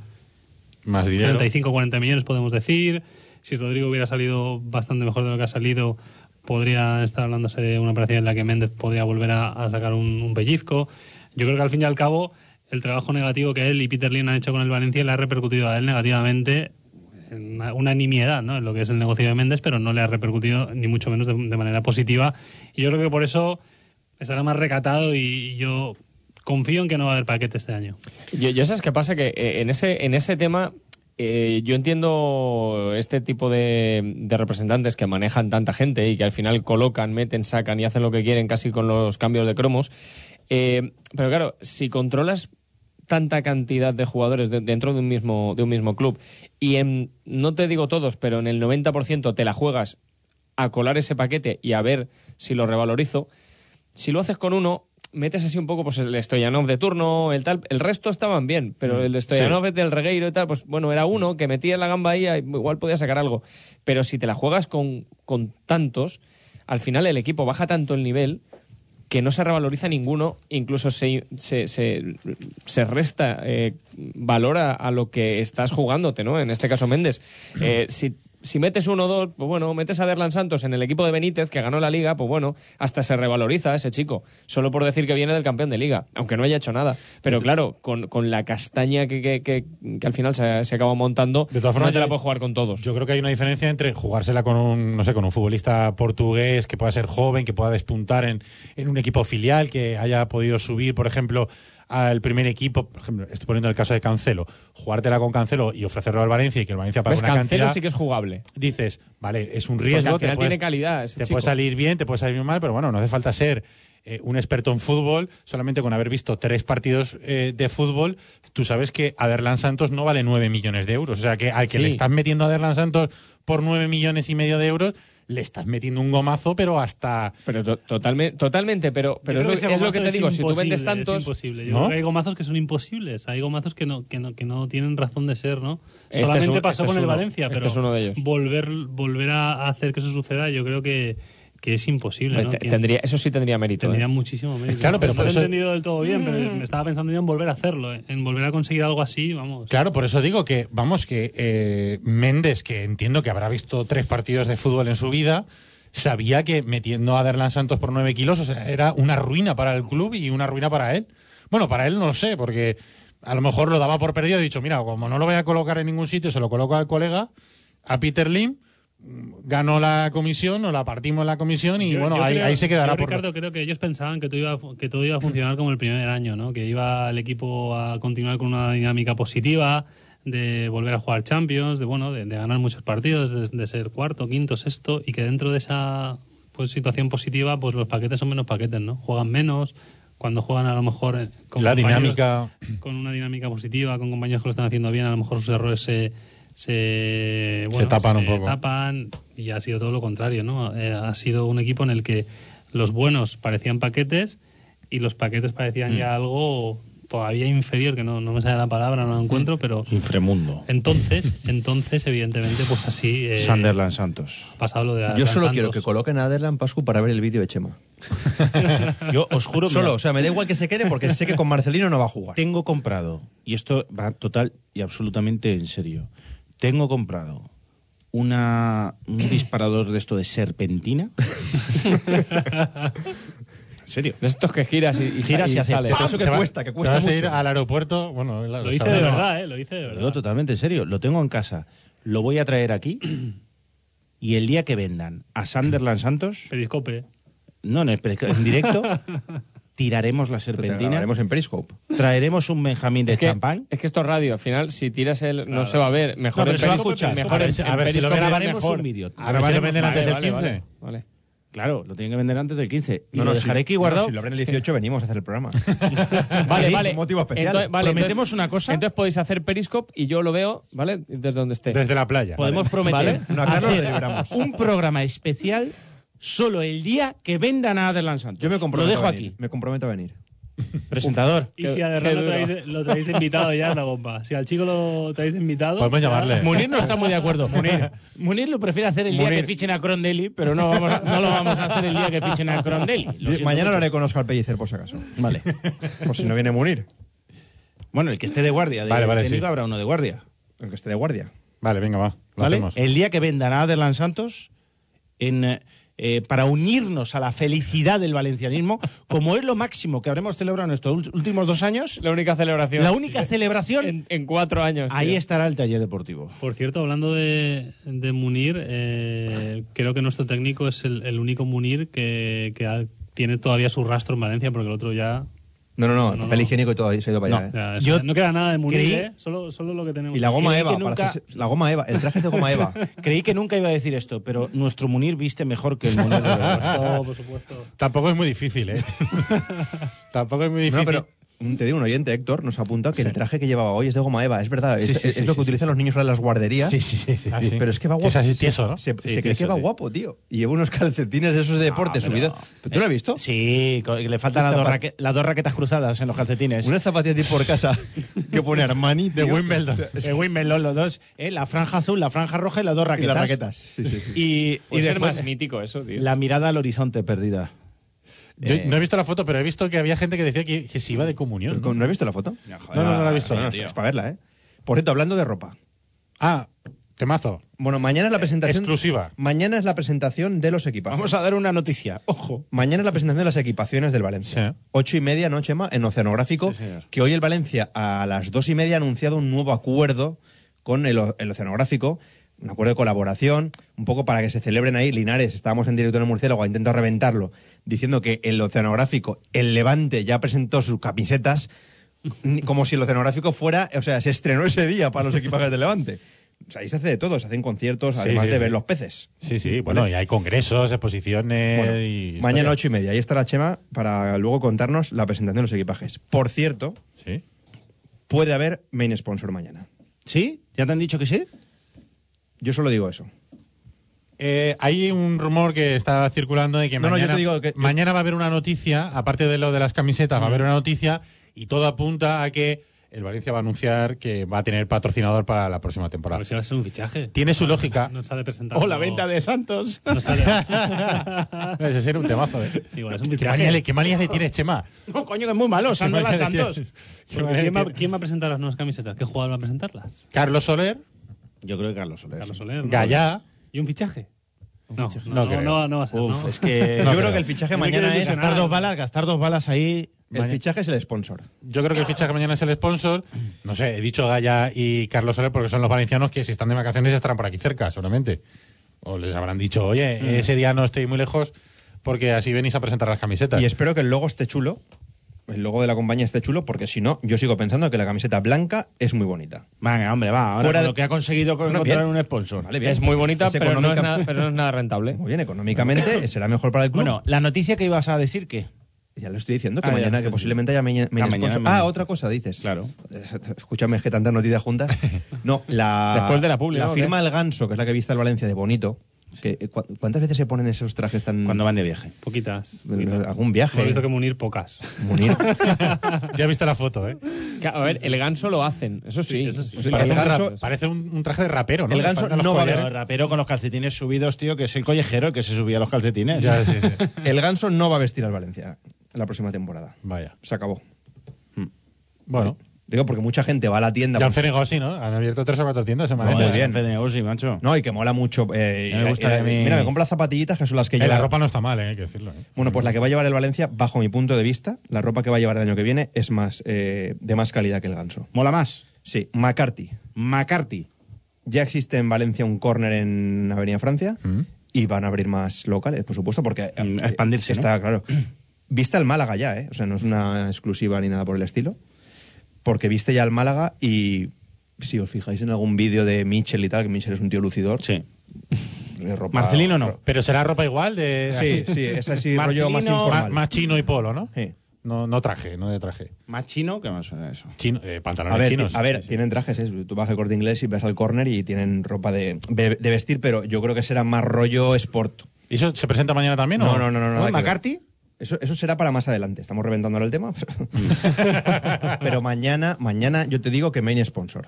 [SPEAKER 2] Más dinero.
[SPEAKER 7] 35, 40 millones podemos decir. Si Rodrigo hubiera salido bastante mejor de lo que ha salido, podría estar hablándose de una operación en la que Méndez podría volver a, a sacar un, un pellizco. Yo creo que al fin y al cabo, el trabajo negativo que él y Peter Lin han hecho con el Valencia le ha repercutido a él negativamente en una, una nimiedad ¿no? en lo que es el negocio de Méndez, pero no le ha repercutido ni mucho menos de, de manera positiva. Y yo creo que por eso estará más recatado y, y yo confío en que no va a haber paquete este año.
[SPEAKER 4] Yo, yo sabes qué pasa que eh, en ese en ese tema eh, yo entiendo este tipo de, de representantes que manejan tanta gente y que al final colocan, meten, sacan y hacen lo que quieren casi con los cambios de cromos. Eh, pero claro, si controlas tanta cantidad de jugadores de- dentro de un mismo de un mismo club y en, no te digo todos, pero en el 90% te la juegas a colar ese paquete y a ver si lo revalorizo, si lo haces con uno, metes así un poco pues el Stoyanov de turno, el tal, el resto estaban bien, pero el Stoyanov del Regueiro y tal, pues bueno, era uno que metía la gamba ahí, igual podía sacar algo. Pero si te la juegas con, con tantos, al final el equipo baja tanto el nivel que no se revaloriza ninguno, incluso se, se, se- se resta eh, valor a, a lo que estás jugándote, ¿no? En este caso Méndez. Eh, si, si metes uno o dos, pues bueno, metes a Derlan Santos en el equipo de Benítez, que ganó la liga, pues bueno, hasta se revaloriza ese chico, solo por decir que viene del campeón de liga, aunque no haya hecho nada. Pero claro, con, con la castaña que, que, que- que al final se, se acaba montando,
[SPEAKER 2] De todas formas,
[SPEAKER 4] no te la
[SPEAKER 2] yo-
[SPEAKER 4] puedes jugar con todos.
[SPEAKER 2] Yo creo que hay una diferencia entre jugársela con un, no sé, con un futbolista portugués que pueda ser joven, que pueda despuntar en, en un equipo filial, que haya podido subir, por ejemplo, al primer equipo. Por ejemplo, estoy poniendo el caso de Cancelo. Jugártela con Cancelo y ofrecerlo al Valencia y que el Valencia pague
[SPEAKER 4] ¿Ves?
[SPEAKER 2] una
[SPEAKER 4] Pues Cancelo
[SPEAKER 2] cantidad.
[SPEAKER 4] sí que es jugable.
[SPEAKER 2] Dices, vale, es un
[SPEAKER 4] Porque
[SPEAKER 2] riesgo.
[SPEAKER 4] al
[SPEAKER 2] te
[SPEAKER 4] final
[SPEAKER 2] puedes-
[SPEAKER 4] tiene calidad. ese
[SPEAKER 2] te
[SPEAKER 4] chico.
[SPEAKER 2] puede salir bien, te puede salir mal, pero bueno, no hace falta ser eh, un experto en fútbol. Solamente con haber visto tres partidos eh, de fútbol, tú sabes que Aderlan Santos no vale 9 millones de euros. O sea que al que
[SPEAKER 4] Sí.
[SPEAKER 2] le estás metiendo a Aderlan Santos por 9 millones y medio de euros, le estás metiendo un gomazo, pero hasta.
[SPEAKER 4] Pero to- totalme- totalmente, pero, pero es, lo,
[SPEAKER 7] Yo creo ese
[SPEAKER 4] es lo que te
[SPEAKER 7] gomazo
[SPEAKER 4] digo,
[SPEAKER 7] es
[SPEAKER 4] si tú vendes
[SPEAKER 7] imposible, es
[SPEAKER 4] tantos...
[SPEAKER 7] imposible. Yo
[SPEAKER 2] ¿No?
[SPEAKER 7] creo que hay gomazos que son imposibles. Hay gomazos que no, que no, que no tienen razón de ser, ¿no?
[SPEAKER 4] Este es
[SPEAKER 7] Solamente
[SPEAKER 4] un-
[SPEAKER 7] pasó
[SPEAKER 4] este
[SPEAKER 7] con
[SPEAKER 4] es
[SPEAKER 7] el
[SPEAKER 4] uno.
[SPEAKER 7] Valencia,
[SPEAKER 4] Este
[SPEAKER 7] pero
[SPEAKER 4] es uno de ellos.
[SPEAKER 7] volver, volver a hacer que eso suceda, yo creo que, que es imposible. ¿no?
[SPEAKER 4] Pues Te-
[SPEAKER 7] Que-
[SPEAKER 4] tendría, eso sí tendría mérito.
[SPEAKER 7] tendría
[SPEAKER 4] ¿eh?
[SPEAKER 7] muchísimo mérito.
[SPEAKER 2] Claro, pero
[SPEAKER 7] no
[SPEAKER 2] por
[SPEAKER 7] lo he
[SPEAKER 2] eso-
[SPEAKER 7] entendido del todo bien, pero me estaba pensando yo en volver a hacerlo, ¿eh? en volver a conseguir algo así, vamos.
[SPEAKER 2] Claro, por eso digo que, vamos, que eh, Méndez, que entiendo que habrá visto tres partidos de fútbol en su vida, sabía que metiendo a Derlan Santos por nueve kilos o sea, era una ruina para el club y una ruina para él. Bueno, para él no lo sé, porque a lo mejor lo daba por perdido y dicho, mira, como no lo voy a colocar en ningún sitio, se lo coloco al colega, a Peter Lim, mm, ganó la comisión o la partimos la comisión y
[SPEAKER 7] Yo-
[SPEAKER 2] bueno,
[SPEAKER 7] yo
[SPEAKER 2] ahí,
[SPEAKER 7] creo-
[SPEAKER 2] ahí se quedará
[SPEAKER 7] yo,
[SPEAKER 2] por...
[SPEAKER 7] Ricardo, creo que ellos pensaban que todo, iba a, fu- que todo iba a funcionar como el primer año, ¿no? Que iba el equipo a continuar con una dinámica positiva, de volver a jugar Champions, de bueno, de, de ganar muchos partidos, de, de ser cuarto, quinto, sexto, y que dentro de esa pues, situación positiva, pues los paquetes son menos paquetes, ¿no? Juegan menos, cuando juegan a lo mejor eh, con
[SPEAKER 2] La
[SPEAKER 7] compañeros-
[SPEAKER 2] dinámica...
[SPEAKER 7] con una dinámica positiva, con compañeros que lo están haciendo bien, a lo mejor sus errores se, se, bueno,
[SPEAKER 2] tapan un poco.
[SPEAKER 7] tapan y ha sido todo lo contrario, ¿no? Eh, ha sido un equipo en el que los buenos parecían paquetes y los paquetes
[SPEAKER 5] Mm.
[SPEAKER 7] parecían ya algo todavía inferior, que no, no me sale la palabra, no la encuentro, pero
[SPEAKER 3] Infremundo.
[SPEAKER 7] entonces, entonces evidentemente, pues así eh,
[SPEAKER 3] Sunderland Santos.
[SPEAKER 7] ha pasado lo de
[SPEAKER 5] Yo
[SPEAKER 7] Adrián
[SPEAKER 5] solo quiero que
[SPEAKER 7] Santos.
[SPEAKER 5] coloquen a Aderlan Pascu para ver el vídeo de Chema.
[SPEAKER 3] Yo os juro, mira,
[SPEAKER 5] Solo, o sea, me da igual que se quede porque sé que con Marcelino no va a jugar.
[SPEAKER 3] tengo comprado, y esto va total y absolutamente en serio, tengo comprado una, un disparador de esto de serpentina en serio.
[SPEAKER 4] De estos que giras y, y
[SPEAKER 3] Giras y hace
[SPEAKER 4] sale.
[SPEAKER 3] ¡pam!
[SPEAKER 5] Eso que
[SPEAKER 2] Te va-
[SPEAKER 5] cuesta, que
[SPEAKER 2] te
[SPEAKER 5] cuesta
[SPEAKER 2] vas a ir
[SPEAKER 5] mucho.
[SPEAKER 2] al aeropuerto, bueno... la-
[SPEAKER 7] Lo
[SPEAKER 2] o
[SPEAKER 7] hice
[SPEAKER 2] sea,
[SPEAKER 7] de
[SPEAKER 2] no.
[SPEAKER 7] verdad, ¿eh? Lo hice de
[SPEAKER 3] Lo digo
[SPEAKER 7] verdad.
[SPEAKER 3] totalmente en serio. Lo tengo en casa. Lo voy a traer aquí. Y el día que vendan a Sunderland Santos,
[SPEAKER 7] Periscope.
[SPEAKER 3] no, no, espera, en directo, tiraremos la
[SPEAKER 5] Pero te
[SPEAKER 3] serpentina,
[SPEAKER 5] grabaremos en Periscope.
[SPEAKER 3] traeremos un Benjamín de
[SPEAKER 4] Es que,
[SPEAKER 3] champán.
[SPEAKER 4] es que esto es radio, al final, si tiras el. No se va a ver. Mejor
[SPEAKER 3] No, pero
[SPEAKER 4] en
[SPEAKER 3] se va a
[SPEAKER 4] Periscope,
[SPEAKER 3] escuchar.
[SPEAKER 4] Mejor
[SPEAKER 2] A ver,
[SPEAKER 4] en-
[SPEAKER 2] si- a
[SPEAKER 4] en
[SPEAKER 2] ver si lo
[SPEAKER 4] Periscope
[SPEAKER 2] venden-
[SPEAKER 3] grabaremos
[SPEAKER 4] mejor.
[SPEAKER 3] un vídeo.
[SPEAKER 2] A ver si lo venden antes del
[SPEAKER 4] Vale,
[SPEAKER 2] 15.
[SPEAKER 4] vale, vale.
[SPEAKER 3] Claro, lo tienen que vender antes del 15. Y
[SPEAKER 5] No,
[SPEAKER 3] lo
[SPEAKER 5] no,
[SPEAKER 3] dejaré
[SPEAKER 5] si-
[SPEAKER 3] aquí
[SPEAKER 5] no,
[SPEAKER 3] guardado.
[SPEAKER 5] Si lo abren el 18, venimos a hacer el programa.
[SPEAKER 4] Vale,
[SPEAKER 5] Es
[SPEAKER 4] vale. Pues
[SPEAKER 5] un motivo especial.
[SPEAKER 4] Entonces, vale,
[SPEAKER 3] Prometemos
[SPEAKER 4] entonces-
[SPEAKER 3] una cosa.
[SPEAKER 4] Entonces podéis hacer Periscope y yo lo veo, ¿vale? Desde donde esté.
[SPEAKER 2] Desde la playa.
[SPEAKER 3] Podemos prometer
[SPEAKER 5] No, a Carlos
[SPEAKER 3] hacer
[SPEAKER 5] le libramos.
[SPEAKER 3] un programa especial solo el día que vendan a Adelan Santos.
[SPEAKER 5] Yo me comprometo.
[SPEAKER 3] Lo dejo
[SPEAKER 5] a venir,
[SPEAKER 3] aquí.
[SPEAKER 5] Me comprometo a venir.
[SPEAKER 3] Presentador.
[SPEAKER 7] Y
[SPEAKER 4] Qué-
[SPEAKER 7] si a
[SPEAKER 4] qué
[SPEAKER 7] Derrón lo
[SPEAKER 4] duro.
[SPEAKER 7] traéis, de, lo traéis de invitado ya es la bomba. Si al chico lo traéis de invitado.
[SPEAKER 2] Podemos
[SPEAKER 7] ya-
[SPEAKER 2] llamarle.
[SPEAKER 3] Munir no está muy de acuerdo. Munir, lo prefiere hacer el día
[SPEAKER 2] Munir.
[SPEAKER 3] que fichen a Crondelli, pero no, vamos a- no lo vamos a hacer el día que fichen a Crondelli. Lo siento
[SPEAKER 5] Mañana lo
[SPEAKER 3] mucho.
[SPEAKER 5] haré con Oscar Pellicer, por si acaso.
[SPEAKER 3] Vale.
[SPEAKER 5] Por si no viene a unir.
[SPEAKER 3] Bueno, el que esté de guardia. De
[SPEAKER 2] Vale, vale,
[SPEAKER 3] técnico
[SPEAKER 2] sí.
[SPEAKER 3] habrá uno de guardia.
[SPEAKER 5] El que esté de guardia.
[SPEAKER 2] Vale, venga, va. Lo
[SPEAKER 3] ¿vale? Eh.
[SPEAKER 2] hacemos.
[SPEAKER 3] El día que vendan a Adelan Santos en, eh, eh, para unirnos a la felicidad del valencianismo, como es lo máximo que habremos celebrado en estos ult- últimos dos años,
[SPEAKER 4] La única celebración.
[SPEAKER 3] la única celebración,
[SPEAKER 4] En, en cuatro años.
[SPEAKER 3] ahí
[SPEAKER 4] tío.
[SPEAKER 3] estará el taller deportivo.
[SPEAKER 7] Por cierto, hablando de, de Munir, eh, creo que nuestro técnico es el, el único Munir que, que ha- tiene todavía su rastro en Valencia, porque el otro ya.
[SPEAKER 5] No, no, no.
[SPEAKER 7] No, no,
[SPEAKER 5] papel
[SPEAKER 7] no.
[SPEAKER 5] higiénico y todo ahí se ha ido para
[SPEAKER 3] No.
[SPEAKER 5] allá. ¿eh?
[SPEAKER 7] ya, o
[SPEAKER 3] Yo
[SPEAKER 7] sea, no queda nada de Munir,
[SPEAKER 3] creí-
[SPEAKER 7] ¿eh? Solo, solo lo que tenemos.
[SPEAKER 5] Y la goma
[SPEAKER 3] Creí
[SPEAKER 5] Eva.
[SPEAKER 3] que
[SPEAKER 5] para
[SPEAKER 3] nunca-
[SPEAKER 5] hacerse- La goma Eva. El traje es de goma Eva.
[SPEAKER 3] Creí que nunca iba a decir esto, pero nuestro Munir viste mejor que el Munir. de verdad.
[SPEAKER 7] Todo, por supuesto.
[SPEAKER 2] Tampoco es muy difícil, ¿eh? Tampoco es muy
[SPEAKER 5] No,
[SPEAKER 2] difícil.
[SPEAKER 5] pero un- te digo, un oyente, Héctor, nos apunta que el traje que llevaba hoy es de goma Eva. Es verdad,
[SPEAKER 3] Sí,
[SPEAKER 5] es,
[SPEAKER 3] sí,
[SPEAKER 5] es
[SPEAKER 3] sí,
[SPEAKER 5] lo que
[SPEAKER 3] sí,
[SPEAKER 5] utilizan los niños ahora en las guarderías.
[SPEAKER 3] sí, sí.
[SPEAKER 2] Ah, sí.
[SPEAKER 5] Pero es que va guapo.
[SPEAKER 2] Es así
[SPEAKER 5] Se-
[SPEAKER 2] tieso, ¿no?
[SPEAKER 5] Se, se
[SPEAKER 3] Sí,
[SPEAKER 5] cree
[SPEAKER 3] tieso,
[SPEAKER 5] que va
[SPEAKER 3] sí.
[SPEAKER 5] guapo, tío. Y lleva unos calcetines de esos de deporte
[SPEAKER 3] Ah, pero- eh,
[SPEAKER 5] subidos. ¿Pero ¿Tú lo has visto?
[SPEAKER 3] Sí, co- le faltan las dos,
[SPEAKER 5] Zapa-
[SPEAKER 3] raque- las dos raquetas cruzadas en los calcetines.
[SPEAKER 5] Una zapatilla de ir por casa que pone Armani
[SPEAKER 2] De
[SPEAKER 5] tío.
[SPEAKER 2] Wimbledon.
[SPEAKER 3] Eh, Wimbledon, los dos, eh, la franja azul, la franja roja y las dos
[SPEAKER 5] Y
[SPEAKER 3] raquetas.
[SPEAKER 5] las raquetas. Sí, sí, sí. pues
[SPEAKER 3] Y, y
[SPEAKER 4] Puede ser
[SPEAKER 3] después,
[SPEAKER 4] más mítico eso, tío.
[SPEAKER 3] Pues la mirada al horizonte perdida.
[SPEAKER 2] Yo no he visto la foto, pero he visto que había gente que decía que, que se iba de comunión. ¿no?
[SPEAKER 5] ¿No has visto la foto?
[SPEAKER 3] joder,
[SPEAKER 5] no, no, no la
[SPEAKER 3] ah,
[SPEAKER 5] he visto.
[SPEAKER 3] coño,
[SPEAKER 5] no,
[SPEAKER 3] tío.
[SPEAKER 5] Es para verla, ¿eh? Por cierto, hablando de ropa.
[SPEAKER 2] Ah, temazo.
[SPEAKER 5] Bueno, mañana es la presentación.
[SPEAKER 2] Exclusiva.
[SPEAKER 5] Mañana es la presentación de los
[SPEAKER 3] Eh,
[SPEAKER 5] equipajes.
[SPEAKER 3] Vamos a dar una noticia, Oh, ojo.
[SPEAKER 5] Mañana es la presentación de las equipaciones del Valencia.
[SPEAKER 2] Sí.
[SPEAKER 5] Ocho y media, ¿no, Chema? En Oceanográfico.
[SPEAKER 3] Sí, señor.
[SPEAKER 5] que hoy el Valencia a las dos y media ha anunciado un nuevo acuerdo con el, o- el Oceanográfico. Un acuerdo de colaboración, un poco para que se celebren ahí. Linares, estábamos en directo en el Murciélago, ha intentado reventarlo, diciendo que el Oceanográfico, el Levante, ya presentó sus camisetas, ni- como si el Oceanográfico fuera, o sea, se estrenó ese día para los equipajes del Levante. O sea, ahí se hace de todo, se hacen conciertos,
[SPEAKER 2] Sí,
[SPEAKER 5] además
[SPEAKER 2] sí,
[SPEAKER 5] de
[SPEAKER 2] sí.
[SPEAKER 5] ver los peces.
[SPEAKER 2] Sí, sí. Bueno, y hay congresos, exposiciones
[SPEAKER 5] Bueno,
[SPEAKER 4] Eh,
[SPEAKER 2] y...
[SPEAKER 5] mañana
[SPEAKER 2] historias.
[SPEAKER 5] ocho y media. Ahí estará Chema para luego contarnos la presentación de los equipajes. Por cierto,
[SPEAKER 2] Sí.
[SPEAKER 5] puede haber main sponsor mañana.
[SPEAKER 3] ¿Sí? ¿Ya te han dicho que sí?
[SPEAKER 5] Yo solo digo eso.
[SPEAKER 2] Eh, hay un rumor que está circulando de que,
[SPEAKER 5] No, no, yo
[SPEAKER 2] mañana,
[SPEAKER 5] te digo que- yo-
[SPEAKER 2] mañana va a haber una noticia, aparte de lo de las camisetas, va a haber una noticia y todo apunta a que el Valencia va a anunciar que va a tener patrocinador para la próxima
[SPEAKER 7] A
[SPEAKER 2] temporada.
[SPEAKER 7] ver si va a ser un fichaje.
[SPEAKER 2] Tiene su lógica.
[SPEAKER 7] No sale presentado.
[SPEAKER 3] O Oh, la venta de Santos.
[SPEAKER 7] No sale.
[SPEAKER 2] Ese sería un temazo, ¿eh?
[SPEAKER 7] Igual es un
[SPEAKER 2] ¿Qué manía, le,
[SPEAKER 7] fichaje.
[SPEAKER 2] qué manía le tienes, Chema?
[SPEAKER 3] No, coño, que es muy malo, Sandola
[SPEAKER 2] manía le
[SPEAKER 3] Santos.
[SPEAKER 2] tienes? ¿Qué
[SPEAKER 7] Porque
[SPEAKER 2] manía le
[SPEAKER 7] ¿Quién va,
[SPEAKER 2] tienes?
[SPEAKER 7] quién va a presentar las nuevas camisetas? ¿Qué jugador va a presentarlas?
[SPEAKER 2] Carlos Soler,
[SPEAKER 3] Yo creo que Carlos Soler.
[SPEAKER 7] Carlos Soler. ¿no?
[SPEAKER 2] Gallá.
[SPEAKER 7] ¿Y un fichaje? No,
[SPEAKER 2] No
[SPEAKER 7] no, no,
[SPEAKER 2] creo.
[SPEAKER 7] no, no va a ser.
[SPEAKER 3] Uf,
[SPEAKER 7] ¿no?
[SPEAKER 3] es que...
[SPEAKER 5] Yo
[SPEAKER 3] Yo
[SPEAKER 5] creo
[SPEAKER 2] creo.
[SPEAKER 5] que el fichaje
[SPEAKER 7] Yo me
[SPEAKER 5] mañana
[SPEAKER 7] quedo
[SPEAKER 5] es.
[SPEAKER 7] ilusionado.
[SPEAKER 3] gastar dos balas, gastar dos balas ahí...
[SPEAKER 5] El fichaje es el sponsor.
[SPEAKER 2] Yo creo que el fichaje mañana es el sponsor. No sé, he dicho Gaya y Carlos Soler porque son los valencianos que si están de vacaciones estarán por aquí cerca, seguramente. O les habrán dicho, oye,
[SPEAKER 5] Mm.
[SPEAKER 2] ese día no estoy muy lejos porque así venís a presentar las camisetas.
[SPEAKER 5] Y espero que el logo esté chulo. El logo de la compañía esté chulo, porque si no, yo sigo pensando que la camiseta blanca es muy bonita.
[SPEAKER 3] Venga, hombre, va, ahora
[SPEAKER 5] Fuera
[SPEAKER 3] con
[SPEAKER 5] de-
[SPEAKER 3] lo que ha conseguido con
[SPEAKER 5] Bueno,
[SPEAKER 3] encontrar
[SPEAKER 5] bien.
[SPEAKER 3] un sponsor.
[SPEAKER 5] Vale, bien.
[SPEAKER 4] Es muy bonita,
[SPEAKER 5] Es
[SPEAKER 4] pero no es,
[SPEAKER 5] económica-
[SPEAKER 4] nada, pero no es nada rentable.
[SPEAKER 5] Muy bien, económicamente será mejor para el club.
[SPEAKER 3] Bueno, la noticia que ibas a decir, ¿qué?
[SPEAKER 5] ya lo estoy diciendo, que
[SPEAKER 3] Ah, ya
[SPEAKER 5] mañana,
[SPEAKER 3] lo
[SPEAKER 5] que
[SPEAKER 3] estás
[SPEAKER 5] posiblemente haya main-
[SPEAKER 3] Ah,
[SPEAKER 5] main
[SPEAKER 3] mañana,
[SPEAKER 5] sponsor.
[SPEAKER 3] mañana.
[SPEAKER 5] Ah, otra cosa dices.
[SPEAKER 3] Claro.
[SPEAKER 5] Escúchame, es que tantas noticias juntas. No, la.
[SPEAKER 4] Después de la publi, ¿no?
[SPEAKER 5] firma
[SPEAKER 4] ¿O
[SPEAKER 5] El Ganso, que es la que viste al Valencia de bonito. que, eh, cu- ¿Cuántas veces se ponen esos trajes tan.
[SPEAKER 3] Cuando van de viaje.
[SPEAKER 7] Poquitas.
[SPEAKER 5] en
[SPEAKER 7] poquitas.
[SPEAKER 5] algún viaje.
[SPEAKER 7] Hemos visto que Munir pocas.
[SPEAKER 5] Munir.
[SPEAKER 2] Ya viste la foto, ¿eh?
[SPEAKER 4] Que, a ver, el ganso lo hacen, eso sí.
[SPEAKER 7] Sí, eso sí.
[SPEAKER 4] Eso
[SPEAKER 2] Parece,
[SPEAKER 5] el
[SPEAKER 2] un,
[SPEAKER 4] lo hacen.
[SPEAKER 5] ganso-
[SPEAKER 2] tra- parece un- un traje de rapero, ¿no?
[SPEAKER 5] El
[SPEAKER 2] Le
[SPEAKER 5] ganso
[SPEAKER 2] faltan los
[SPEAKER 5] no va a
[SPEAKER 2] collares.
[SPEAKER 3] Pero el rapero con los calcetines subidos, tío, que es el collejero que se subía a los calcetines.
[SPEAKER 2] Ya, sí, sí.
[SPEAKER 5] El Ganso no va a vestir al Valencia la próxima temporada.
[SPEAKER 2] Vaya.
[SPEAKER 5] Se acabó.
[SPEAKER 2] Bueno,
[SPEAKER 5] Digo, porque mucha gente va a la tienda.
[SPEAKER 2] Ya han
[SPEAKER 5] pues,
[SPEAKER 2] frenegado, sí, ¿no? Han abierto tres o cuatro tiendas en Eh,
[SPEAKER 5] Muy
[SPEAKER 2] Manhattan.
[SPEAKER 3] Joder,
[SPEAKER 5] bien.
[SPEAKER 3] jefe de negocio, macho.
[SPEAKER 5] no, y que mola mucho. eh,
[SPEAKER 3] A mí me
[SPEAKER 5] y-
[SPEAKER 3] gusta
[SPEAKER 5] y-
[SPEAKER 3] que a mí-
[SPEAKER 5] Mira, me compro las zapatillitas que son las que
[SPEAKER 2] Eh, la
[SPEAKER 5] lleva-
[SPEAKER 2] ropa no está mal, eh, hay que decirlo. eh.
[SPEAKER 5] Bueno, pues la que va a llevar el Valencia, bajo mi punto de vista, la ropa que va a llevar el año que viene es más eh, de más calidad que el ganso.
[SPEAKER 3] Mola más.
[SPEAKER 5] Sí, McCarthy.
[SPEAKER 3] McCarthy.
[SPEAKER 5] Ya existe en Valencia un corner en Avenida Francia y van a abrir más locales, por supuesto, porque
[SPEAKER 3] Mm,
[SPEAKER 5] eh,
[SPEAKER 3] a expandirse, ¿no?
[SPEAKER 5] Está claro. Viste al Málaga ya, ¿eh? O sea, no es una exclusiva ni nada por el estilo. Porque viste ya al Málaga y si os fijáis en algún vídeo de Michel y tal, que Michel es un tío lucidor.
[SPEAKER 3] Sí.
[SPEAKER 5] eh, ropa-
[SPEAKER 3] Marcelino no.
[SPEAKER 2] Pero será ropa igual de.
[SPEAKER 5] Sí,
[SPEAKER 2] así?
[SPEAKER 5] sí, es así rollo más
[SPEAKER 3] Marcelino-
[SPEAKER 2] Más,
[SPEAKER 5] informal.
[SPEAKER 2] más chino y polo, ¿no?
[SPEAKER 5] Sí.
[SPEAKER 2] No, no traje, no de traje.
[SPEAKER 3] Más chino que más eso.
[SPEAKER 2] Chino, eh, pantalones
[SPEAKER 5] A ver,
[SPEAKER 2] chinos.
[SPEAKER 5] ti- a ver,
[SPEAKER 2] Sí, sí.
[SPEAKER 5] tienen trajes, ¿eh? tú vas al corte inglés y vas al corner y tienen ropa de, de- de vestir, pero yo creo que será más rollo sport.
[SPEAKER 2] ¿Y eso se presenta mañana también o
[SPEAKER 5] No, no, no, no. nada
[SPEAKER 3] ¿No?
[SPEAKER 5] que ver.
[SPEAKER 3] McCarthy.
[SPEAKER 5] Eso, eso será para más adelante. Estamos reventando ahora el tema. pero mañana, mañana yo te digo que main sponsor.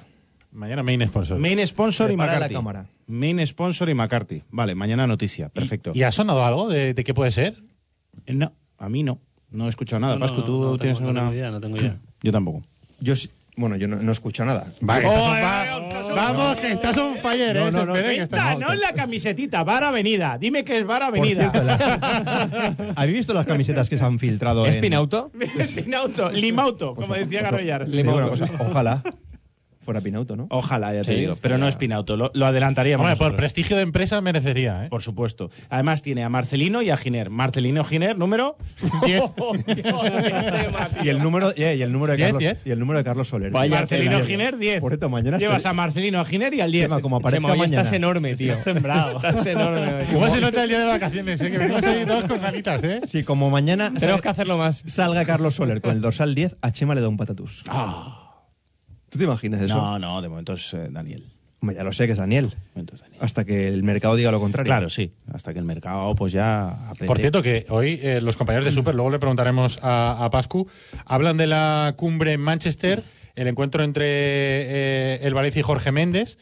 [SPEAKER 2] Mañana main sponsor.
[SPEAKER 3] Main sponsor
[SPEAKER 5] Prepara
[SPEAKER 3] y
[SPEAKER 5] la
[SPEAKER 3] McCarthy.
[SPEAKER 5] cámara.
[SPEAKER 3] Main sponsor y McCarthy. Vale, mañana noticia.
[SPEAKER 2] ¿Y-
[SPEAKER 3] Perfecto.
[SPEAKER 2] ¿Y, ha sonado algo de, de qué puede ser?
[SPEAKER 3] Eh, No, a mí no. No he escuchado nada.
[SPEAKER 7] No,
[SPEAKER 3] Ah, Pascu,
[SPEAKER 7] no,
[SPEAKER 3] tú
[SPEAKER 7] no tengo-
[SPEAKER 3] tienes
[SPEAKER 7] no
[SPEAKER 3] una.
[SPEAKER 7] tengo idea, no tengo idea.
[SPEAKER 3] Yo tampoco.
[SPEAKER 5] Yo, sí- bueno, yo no, no he escuchado nada.
[SPEAKER 2] Va, que
[SPEAKER 3] Oh,
[SPEAKER 2] estás on
[SPEAKER 3] eh,
[SPEAKER 2] fire.
[SPEAKER 3] estás on
[SPEAKER 2] Vamos, que estás un fire,
[SPEAKER 3] No,
[SPEAKER 2] eh.
[SPEAKER 3] no, no.
[SPEAKER 2] espere, que estás-
[SPEAKER 3] Venta, no la camisetita. Bar Avenida. Dime que es Bar
[SPEAKER 5] Por
[SPEAKER 3] Avenida.
[SPEAKER 5] cierto, las- ¿Habéis visto las camisetas que se han filtrado?
[SPEAKER 4] ¿Es
[SPEAKER 5] en-
[SPEAKER 4] Pinauto?
[SPEAKER 3] Pinauto. Limauto, como decía
[SPEAKER 5] Pues,
[SPEAKER 3] Garollar.
[SPEAKER 5] os digo una cosa, ojalá fuera Pinauto, ¿no?
[SPEAKER 3] Ojalá, ya te
[SPEAKER 4] Sí,
[SPEAKER 3] digo.
[SPEAKER 4] estaría-
[SPEAKER 3] Pero no es Pinauto. Lo, lo adelantaríamos.
[SPEAKER 2] Hombre, por
[SPEAKER 3] nosotros.
[SPEAKER 2] prestigio de empresa merecería, eh.
[SPEAKER 3] Por supuesto. Además tiene a Marcelino y a Giner. Marcelino Giner, número.
[SPEAKER 2] Diez.
[SPEAKER 5] Y el número, eh, y el número de
[SPEAKER 2] Diez,
[SPEAKER 5] Carlos,
[SPEAKER 2] diez.
[SPEAKER 5] Y el número de Carlos Soler.
[SPEAKER 4] Vaya
[SPEAKER 3] Marcelino
[SPEAKER 4] Marcelino.
[SPEAKER 3] Giner, 10.
[SPEAKER 5] Por cierto, mañana
[SPEAKER 3] Llevas
[SPEAKER 5] estoy-
[SPEAKER 3] a Marcelino, a Giner y al 10.
[SPEAKER 5] Chema, como aparezca
[SPEAKER 4] Chema, hoy
[SPEAKER 5] mañana.
[SPEAKER 4] estás enorme, tío. Estás
[SPEAKER 3] sembrado.
[SPEAKER 4] enorme.
[SPEAKER 5] Pues,
[SPEAKER 4] hoy.
[SPEAKER 2] ¿Cómo se nota el día de vacaciones? eh? Que venimos ahí todos con ganitas, ¿eh?
[SPEAKER 5] Sí, como mañana
[SPEAKER 4] Tenemos
[SPEAKER 5] sal-
[SPEAKER 4] que hacerlo más.
[SPEAKER 5] salga Carlos Soler con el dorsal 10, a Chema le da un patatús. ¿Tú te imaginas eso?
[SPEAKER 3] No, no, de momento es eh, Daniel. De
[SPEAKER 5] Hombre, ya lo sé que es Daniel.
[SPEAKER 3] momento es Daniel.
[SPEAKER 5] Hasta que el mercado diga lo contrario.
[SPEAKER 3] Claro, sí. Hasta que el mercado pues ya aprende.
[SPEAKER 2] Por cierto, que hoy eh, los compañeros
[SPEAKER 7] Mm.
[SPEAKER 2] de Super, luego le preguntaremos a, a Pascu, hablan de la cumbre en Manchester, el encuentro entre eh, el Valencia y Jorge Méndez.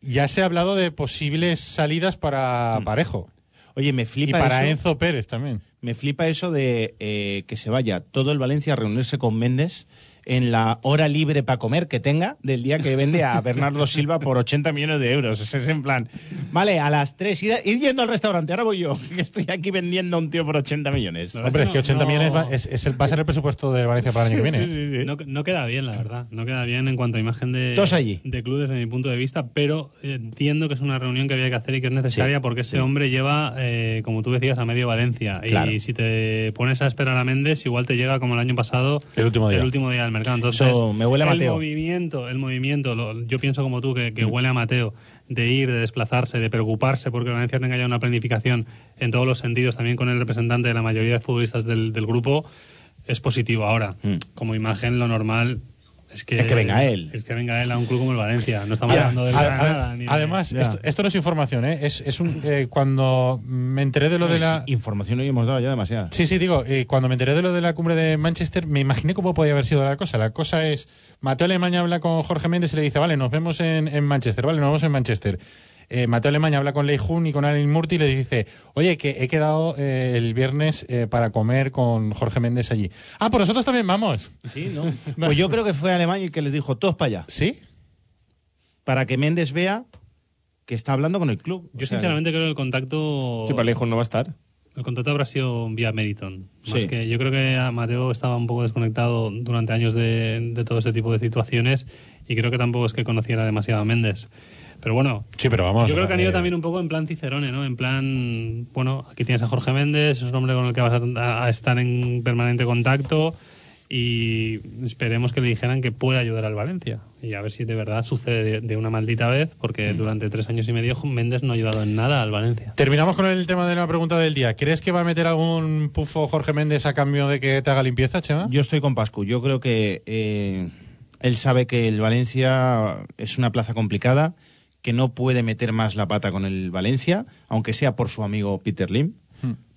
[SPEAKER 2] Ya se ha hablado de posibles salidas
[SPEAKER 7] Mm.
[SPEAKER 2] para Parejo
[SPEAKER 3] Oye, me
[SPEAKER 2] y
[SPEAKER 3] flipa
[SPEAKER 2] para
[SPEAKER 3] eso,
[SPEAKER 2] Enzo Pérez también.
[SPEAKER 3] me flipa eso de eh, que se vaya todo el Valencia a reunirse con Méndez en la hora libre para comer que tenga del día que vende a Bernardo Silva por 80 millones de euros. O sea, Es en plan, vale, a las 3 id, id yendo al restaurante, ahora voy yo, que estoy aquí vendiendo a un tío por 80 millones.
[SPEAKER 7] No,
[SPEAKER 2] Hombre, es que 80
[SPEAKER 7] no.
[SPEAKER 2] millones va, es, es el, va a ser el presupuesto del Valencia para el año que viene.
[SPEAKER 7] No, no queda bien, la verdad. No queda bien en cuanto a imagen de,
[SPEAKER 3] Todos allí.
[SPEAKER 7] de club desde mi punto de vista, pero entiendo que es una reunión que había que hacer y que es necesaria porque ese hombre lleva, eh, como tú decías, a medio Valencia.
[SPEAKER 3] Claro.
[SPEAKER 7] Y si te pones a esperar a Méndez, igual te llega como el año pasado.
[SPEAKER 2] El último día.
[SPEAKER 7] El último día del mercado. Entonces,
[SPEAKER 3] Eso me huele a
[SPEAKER 7] el
[SPEAKER 3] Mateo.
[SPEAKER 7] movimiento, el movimiento, lo- yo pienso como tú, que, que huele a Mateo, de ir, de desplazarse, de preocuparse porque Valencia tenga ya una planificación en todos los sentidos, también con el representante de la mayoría de futbolistas del, del grupo, es positivo. Ahora, como imagen, lo normal es que,
[SPEAKER 3] Mm. Es que venga él.
[SPEAKER 7] Es que venga él a un club como el Valencia. No estamos
[SPEAKER 2] Ya,
[SPEAKER 7] hablando de
[SPEAKER 2] a-
[SPEAKER 7] nada.
[SPEAKER 2] a-
[SPEAKER 7] ni de-
[SPEAKER 2] además,
[SPEAKER 3] ya.
[SPEAKER 2] esto, esto no es información, ¿eh? es, es un, eh, cuando me enteré de lo de la...
[SPEAKER 3] Información hoy hemos dado ya demasiada.
[SPEAKER 2] Sí, sí, digo, eh, cuando me enteré de lo de la cumbre de Manchester, me imaginé cómo podía haber sido la cosa. La cosa es, Mateo Alemania habla con Jorge Méndez y le dice, vale, nos vemos en, en Manchester, vale, nos vemos en Manchester. Eh, Mateo Alemania habla con Lei Jun y con Alan Murti y le dice, oye, que he quedado eh, el viernes eh, para comer con Jorge Méndez allí. Ah, pues nosotros también vamos.
[SPEAKER 3] Sí, ¿no? Pues yo creo que fue Alemania el que les dijo todos para allá,
[SPEAKER 2] ¿Sí?
[SPEAKER 3] para que Méndez vea que está hablando con el club.
[SPEAKER 7] Yo
[SPEAKER 3] O sea,
[SPEAKER 7] sinceramente creo que el contacto...
[SPEAKER 4] Sí, para no va a estar.
[SPEAKER 7] El contrato habrá sido vía Meriton. Más
[SPEAKER 3] Sí.
[SPEAKER 7] que yo creo que a Mateo estaba un poco desconectado durante años de, de todo ese tipo de situaciones y creo que tampoco es que conociera demasiado a Méndez. Pero bueno,
[SPEAKER 2] Sí, pero vamos.
[SPEAKER 7] yo creo que han ido
[SPEAKER 2] eh,
[SPEAKER 7] también un poco en plan Cicerone, ¿no? En plan, bueno, aquí tienes a Jorge Méndez, es un hombre con el que vas a, a estar en permanente contacto y esperemos que le dijeran que puede ayudar al Valencia. Y a ver si de verdad sucede de, de una maldita vez, porque durante tres años y medio Méndez no ha ayudado en nada al Valencia.
[SPEAKER 2] Terminamos con el tema de la pregunta del día. ¿Crees que va a meter algún pufo Jorge Méndez a cambio de que te haga limpieza, Chema?
[SPEAKER 3] Yo estoy con Pascu. Yo creo que eh, él sabe que el Valencia es una plaza complicada, que no puede meter más la pata con el Valencia, aunque sea por su amigo Peter Lim,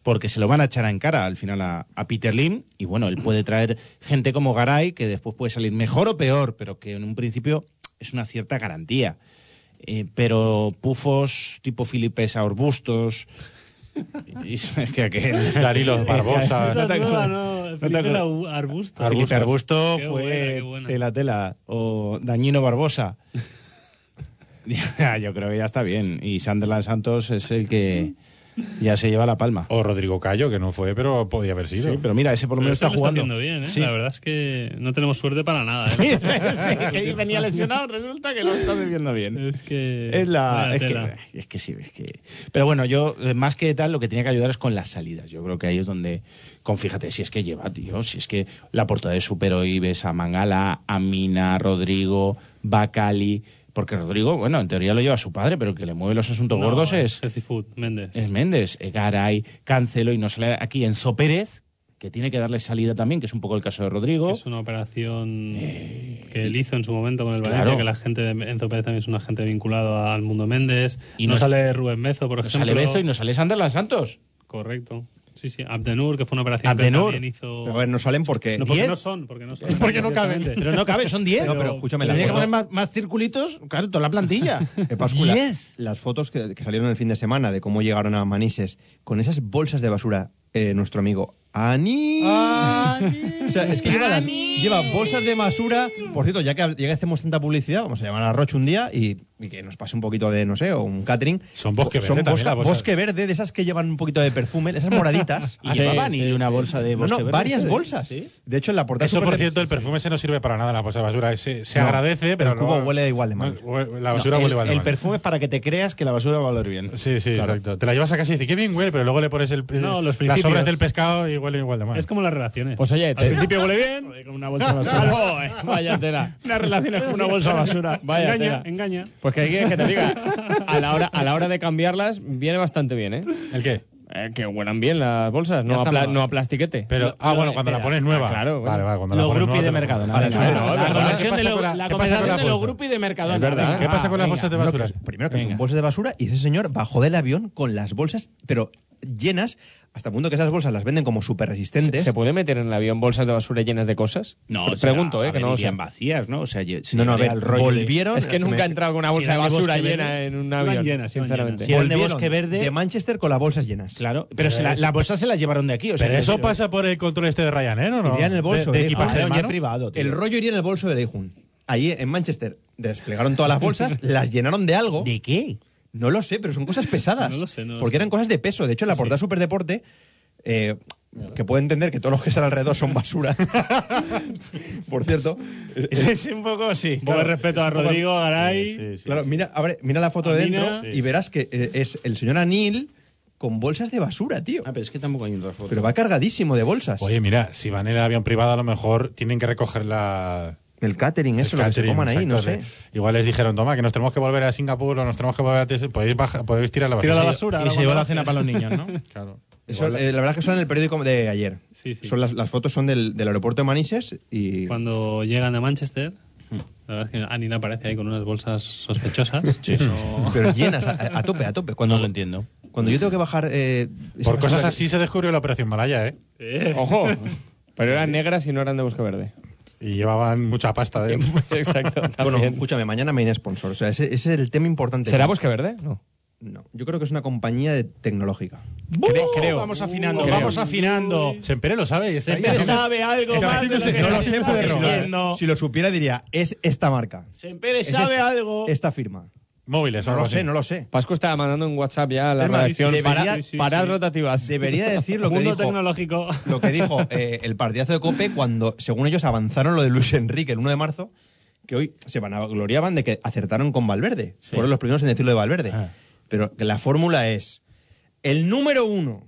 [SPEAKER 3] porque se lo van a echar en cara al final a, a Peter Lim. Y bueno, él puede traer gente como Garay, que después puede salir mejor o peor, pero que en un principio es una cierta garantía. Eh, pero pufos tipo Felipe Arbustos Y- es que aquel.
[SPEAKER 2] Darilo Barbosa.
[SPEAKER 3] Ah, No
[SPEAKER 7] Esta
[SPEAKER 3] te
[SPEAKER 7] es nueva,
[SPEAKER 3] acuerdas.
[SPEAKER 7] no,
[SPEAKER 3] No te
[SPEAKER 7] Felipe
[SPEAKER 3] acuerdas.
[SPEAKER 7] Lau- Arbusto.
[SPEAKER 3] Felipe Arbusto
[SPEAKER 7] Qué
[SPEAKER 3] fue
[SPEAKER 7] buena, qué buena.
[SPEAKER 3] tela tela o Dañino Barbosa. Ya, Yo creo que ya está bien. Y Sunderland Santos es el que ya se lleva la palma.
[SPEAKER 2] O Rodrigo Cayo, que no fue, pero podía haber
[SPEAKER 3] Sí,
[SPEAKER 2] sido.
[SPEAKER 3] pero mira, ese por
[SPEAKER 7] Oh,
[SPEAKER 3] lo
[SPEAKER 7] Pero
[SPEAKER 3] menos
[SPEAKER 7] eso
[SPEAKER 3] está
[SPEAKER 7] lo
[SPEAKER 3] jugando.
[SPEAKER 7] haciendo bien, ¿eh?
[SPEAKER 3] Sí.
[SPEAKER 7] La verdad es que no tenemos suerte para nada. ¿eh?
[SPEAKER 3] Sí, sí, que ahí venía lesionado, resulta que lo está viviendo bien.
[SPEAKER 7] Es que.
[SPEAKER 3] Es la.
[SPEAKER 7] Vaya
[SPEAKER 3] Es que,
[SPEAKER 7] Eh,
[SPEAKER 3] eh,
[SPEAKER 7] tela.
[SPEAKER 3] es que sí, es que. Pero bueno, yo, eh, más que tal, lo que tenía que ayudar es con las salidas. Yo creo que ahí es donde. Con fíjate, si es que lleva, tío. Si es que la portada de Super hoy ves a Mangala, a Mina, Rodrigo, Bacali. Porque Rodrigo, bueno, en teoría lo lleva su padre, pero el que le mueve los asuntos
[SPEAKER 7] No,
[SPEAKER 3] gordos es,
[SPEAKER 7] Festi Food, Méndez.
[SPEAKER 3] es Méndez, eh, Garay, Cancelo y no sale aquí Enzo Pérez, que tiene que darle salida también, que es un poco el caso de Rodrigo.
[SPEAKER 7] Es una operación que él hizo en su momento con el
[SPEAKER 3] Eh. Claro.
[SPEAKER 7] Valencia, que la gente de Enzo Pérez también es un agente vinculado al mundo Méndez.
[SPEAKER 3] Y
[SPEAKER 7] Y no,
[SPEAKER 3] no-
[SPEAKER 7] sale Rubén Bezo, por
[SPEAKER 3] No
[SPEAKER 7] ejemplo.
[SPEAKER 3] sale Bezo y no sale Sunderland Santos.
[SPEAKER 7] Correcto. Sí, sí. Abdenur, que fue una operación
[SPEAKER 3] Abdenur.
[SPEAKER 7] que
[SPEAKER 3] eh,
[SPEAKER 7] también hizo.
[SPEAKER 5] Pero a ver, no salen porque...
[SPEAKER 7] no, porque
[SPEAKER 3] ¿diez?
[SPEAKER 7] no son, porque no son.
[SPEAKER 2] Es porque no caben.
[SPEAKER 7] Exactamente.
[SPEAKER 3] Pero no cabe, son 10.
[SPEAKER 5] No, pero escúchame, la
[SPEAKER 3] Tendría que
[SPEAKER 5] foto-
[SPEAKER 3] poner más, más circulitos, claro, toda la plantilla.
[SPEAKER 5] Eh, Pascu, la-
[SPEAKER 3] Diez.
[SPEAKER 5] las fotos que, que salieron el fin de semana de cómo llegaron a Manises con esas bolsas de basura, eh, nuestro amigo Ani. O sea, es que lleva, las- lleva bolsas de basura. Por cierto, ya que, hab- ya que hacemos tanta publicidad, vamos a llamar a Roche un día y, y que nos pase un poquito de, no sé, o un catering.
[SPEAKER 2] Son bosque verde también
[SPEAKER 5] bosca-
[SPEAKER 2] las bolsas.
[SPEAKER 5] bosque verde, de esas que llevan un poquito de perfume, esas moraditas.
[SPEAKER 3] Y llevaban y una bolsa de
[SPEAKER 5] No,
[SPEAKER 3] bosque
[SPEAKER 5] no,
[SPEAKER 3] verde.
[SPEAKER 5] varias
[SPEAKER 3] ¿sí?
[SPEAKER 5] bolsas.
[SPEAKER 3] Sí.
[SPEAKER 5] De hecho, en la portada.
[SPEAKER 2] Eso, por
[SPEAKER 5] Super-
[SPEAKER 2] cierto, el perfume se no sirve para nada en la bolsa de basura. Se, se
[SPEAKER 5] No,
[SPEAKER 2] agradece, pero
[SPEAKER 5] el cubo
[SPEAKER 2] no-
[SPEAKER 5] huele igual de mal.
[SPEAKER 2] no, hue- la basura
[SPEAKER 3] No,
[SPEAKER 2] huele
[SPEAKER 3] el,
[SPEAKER 2] igual de
[SPEAKER 3] el
[SPEAKER 2] mal.
[SPEAKER 3] perfume es para que te creas que la basura va a oler bien.
[SPEAKER 2] Sí, sí,
[SPEAKER 3] Claro.
[SPEAKER 2] exacto. Te la llevas a casa y dices, qué bien huele, pero luego le pones el,
[SPEAKER 7] No, los
[SPEAKER 2] las sobras
[SPEAKER 7] principios.
[SPEAKER 2] del pescado y huele igual de mal.
[SPEAKER 7] Es como las relaciones.
[SPEAKER 4] Pues oye,
[SPEAKER 7] al
[SPEAKER 4] te-
[SPEAKER 7] principio huele bien. Con una bolsa de
[SPEAKER 4] Vaya tela.
[SPEAKER 7] Unas relaciones con una bolsa de basura.
[SPEAKER 4] Vaya
[SPEAKER 7] engaña,
[SPEAKER 4] tela.
[SPEAKER 7] engaña.
[SPEAKER 4] Pues que quieres que te diga, a la hora, a la hora de cambiarlas viene bastante bien, ¿eh?
[SPEAKER 2] ¿El qué?
[SPEAKER 4] Eh, que huelan bien las bolsas, no, a,
[SPEAKER 3] está
[SPEAKER 4] pla-
[SPEAKER 3] molado.
[SPEAKER 4] no a plastiquete.
[SPEAKER 2] Pero, ah, bueno, cuando la
[SPEAKER 3] espera.
[SPEAKER 2] pones nueva.
[SPEAKER 4] Ah, claro, bueno.
[SPEAKER 2] Vale, vale, cuando la
[SPEAKER 3] Los
[SPEAKER 2] pones
[SPEAKER 3] grupis
[SPEAKER 2] nueva
[SPEAKER 3] de
[SPEAKER 2] te lo-
[SPEAKER 3] mercado. nada,
[SPEAKER 5] Vale,
[SPEAKER 3] nada,
[SPEAKER 5] vale,
[SPEAKER 3] nada.
[SPEAKER 4] vale,
[SPEAKER 3] La
[SPEAKER 4] vale.
[SPEAKER 3] conversión
[SPEAKER 2] ¿Qué
[SPEAKER 3] de
[SPEAKER 2] pasa
[SPEAKER 3] lo-
[SPEAKER 2] con la-
[SPEAKER 3] la
[SPEAKER 2] qué pasa
[SPEAKER 3] conversión
[SPEAKER 2] con la
[SPEAKER 3] de los
[SPEAKER 2] bolsa?
[SPEAKER 3] grupis de mercado.
[SPEAKER 4] Es verdad.
[SPEAKER 2] ¿Qué pasa con las bolsas de
[SPEAKER 5] Primero
[SPEAKER 2] basura?
[SPEAKER 5] que- primero que
[SPEAKER 3] Venga.
[SPEAKER 5] son bolsas de basura y ese señor bajó del avión con las bolsas, pero llenas, hasta el punto que esas bolsas las venden como súper resistentes.
[SPEAKER 4] ¿Se puede meter en el avión bolsas de basura llenas de cosas? Pre- pregunto, ¿eh? Que no lo sé.
[SPEAKER 3] sean vacías, ¿no? O sea, lle- se
[SPEAKER 5] no, no, a
[SPEAKER 3] llevaría
[SPEAKER 5] ver,
[SPEAKER 3] el rollo de-
[SPEAKER 5] volvieron.
[SPEAKER 4] Es que nunca he entrado con una bolsa de
[SPEAKER 7] eran de
[SPEAKER 4] basura
[SPEAKER 7] bosque
[SPEAKER 4] llena
[SPEAKER 7] verde,
[SPEAKER 4] en un
[SPEAKER 7] iban
[SPEAKER 4] avión,
[SPEAKER 7] llenas, iban
[SPEAKER 4] sinceramente.
[SPEAKER 3] llenas. Si eran de
[SPEAKER 5] volvieron
[SPEAKER 3] Bosque Verde-
[SPEAKER 5] De Manchester con las bolsas llenas.
[SPEAKER 3] Claro, pero, se la,
[SPEAKER 2] es-
[SPEAKER 3] la bolsa se la llevaron de aquí. O sea,
[SPEAKER 2] Pero eso
[SPEAKER 3] quiero-
[SPEAKER 2] pasa por el control este de Ryanair, ¿o no?
[SPEAKER 5] Iría en el bolso,
[SPEAKER 2] De, de
[SPEAKER 5] eh.
[SPEAKER 3] Ah,
[SPEAKER 2] equipaje
[SPEAKER 3] era
[SPEAKER 2] de
[SPEAKER 3] un jet
[SPEAKER 2] mano.
[SPEAKER 3] privado. tío.
[SPEAKER 5] El rollo iría en el bolso de Leijun. Ahí en Manchester desplegaron todas las bolsas, las llenaron de algo.
[SPEAKER 3] ¿De qué?
[SPEAKER 5] No lo sé, pero son cosas pesadas.
[SPEAKER 7] No lo sé, no lo
[SPEAKER 5] Porque
[SPEAKER 7] sé.
[SPEAKER 5] eran cosas de peso. De hecho, en la portada Superdeporte, eh, que puedo entender que todos los que están alrededor son basura. Por cierto.
[SPEAKER 3] Es un poco sí.
[SPEAKER 7] Un poco de Pues respeto a Rodrigo, a Garay.
[SPEAKER 5] Claro, mira, a ver, mira la foto de
[SPEAKER 7] Amina.
[SPEAKER 5] dentro y verás que eh, es el señor Anil con bolsas de basura, tío.
[SPEAKER 3] Ah, pero es que tampoco hay otra foto.
[SPEAKER 5] Pero va cargadísimo de bolsas.
[SPEAKER 2] Oye, mira, si van en el avión privado, a lo mejor tienen que recoger la.
[SPEAKER 5] El catering, eso,
[SPEAKER 2] el
[SPEAKER 5] lo que se
[SPEAKER 2] catering,
[SPEAKER 5] coman ahí, no sé.
[SPEAKER 2] exacto. Igual les dijeron, toma, que nos tenemos que volver a Singapur o nos tenemos que volver a. Tes- Podéis, baja- podéis tirar la basura.
[SPEAKER 7] Tira la basura.
[SPEAKER 3] y
[SPEAKER 7] ahora
[SPEAKER 3] se llevó
[SPEAKER 7] cuando
[SPEAKER 3] la cena
[SPEAKER 7] bajes.
[SPEAKER 3] para los niños, ¿no?
[SPEAKER 2] Claro.
[SPEAKER 5] Eso,
[SPEAKER 2] Igual-
[SPEAKER 5] eh, la verdad es que son en el periódico de ayer.
[SPEAKER 7] Sí, sí.
[SPEAKER 5] Son las, las fotos son del, del aeropuerto de Manises y...
[SPEAKER 7] Cuando llegan a Manchester, la verdad es que Anil aparece ahí con unas bolsas sospechosas. No-
[SPEAKER 5] Pero llenas, a, a tope, a tope. Cuando,
[SPEAKER 3] No lo entiendo.
[SPEAKER 5] Cuando yo tengo que bajar... eh, esa
[SPEAKER 2] por cosas
[SPEAKER 5] basura-
[SPEAKER 2] así se descubrió la Operación Malaya, ¿eh?
[SPEAKER 7] Eh,
[SPEAKER 4] Pues, Ojo, pero eran negras y no eran de bosque verde.
[SPEAKER 2] Y llevaban mucha pasta ¿eh? de.
[SPEAKER 4] Exacto,
[SPEAKER 5] Bueno,
[SPEAKER 4] también.
[SPEAKER 5] escúchame, mañana main sponsor. O sea, ese, ese es el tema importante.
[SPEAKER 4] ¿Será bosque verde? No.
[SPEAKER 5] No, yo creo que es una compañía de- tecnológica.
[SPEAKER 4] Cre- creo.
[SPEAKER 3] Vamos afinando,
[SPEAKER 4] Creo.
[SPEAKER 3] vamos afinando.
[SPEAKER 2] Sempere lo sabe.
[SPEAKER 3] Sempere sabe algo más de lo que
[SPEAKER 5] No lo
[SPEAKER 3] nos
[SPEAKER 5] sé,
[SPEAKER 3] está
[SPEAKER 5] pero
[SPEAKER 3] diciendo.
[SPEAKER 5] si lo supiera diría, es esta marca.
[SPEAKER 3] Sempere
[SPEAKER 5] Es
[SPEAKER 3] sabe
[SPEAKER 5] esta-
[SPEAKER 3] algo.
[SPEAKER 5] Esta firma.
[SPEAKER 2] Móviles, o
[SPEAKER 5] No
[SPEAKER 2] algo
[SPEAKER 5] lo
[SPEAKER 2] así.
[SPEAKER 5] sé, no lo sé.
[SPEAKER 4] Pascu estaba mandando un WhatsApp ya a la
[SPEAKER 5] Es más,
[SPEAKER 4] redacción.
[SPEAKER 5] debería-
[SPEAKER 4] para,
[SPEAKER 5] sí, sí,
[SPEAKER 4] parad
[SPEAKER 5] sí.
[SPEAKER 4] rotativas.
[SPEAKER 5] Debería decir lo que
[SPEAKER 7] mundo
[SPEAKER 5] dijo,
[SPEAKER 7] tecnológico.
[SPEAKER 5] lo que dijo eh, el partidazo de Cope cuando, según ellos, avanzaron lo de Luis Enrique el 1 de marzo, que hoy se vanagloriaban de que acertaron con Valverde. Fueron los primeros en decirlo de Valverde. Pero la fórmula es, el número uno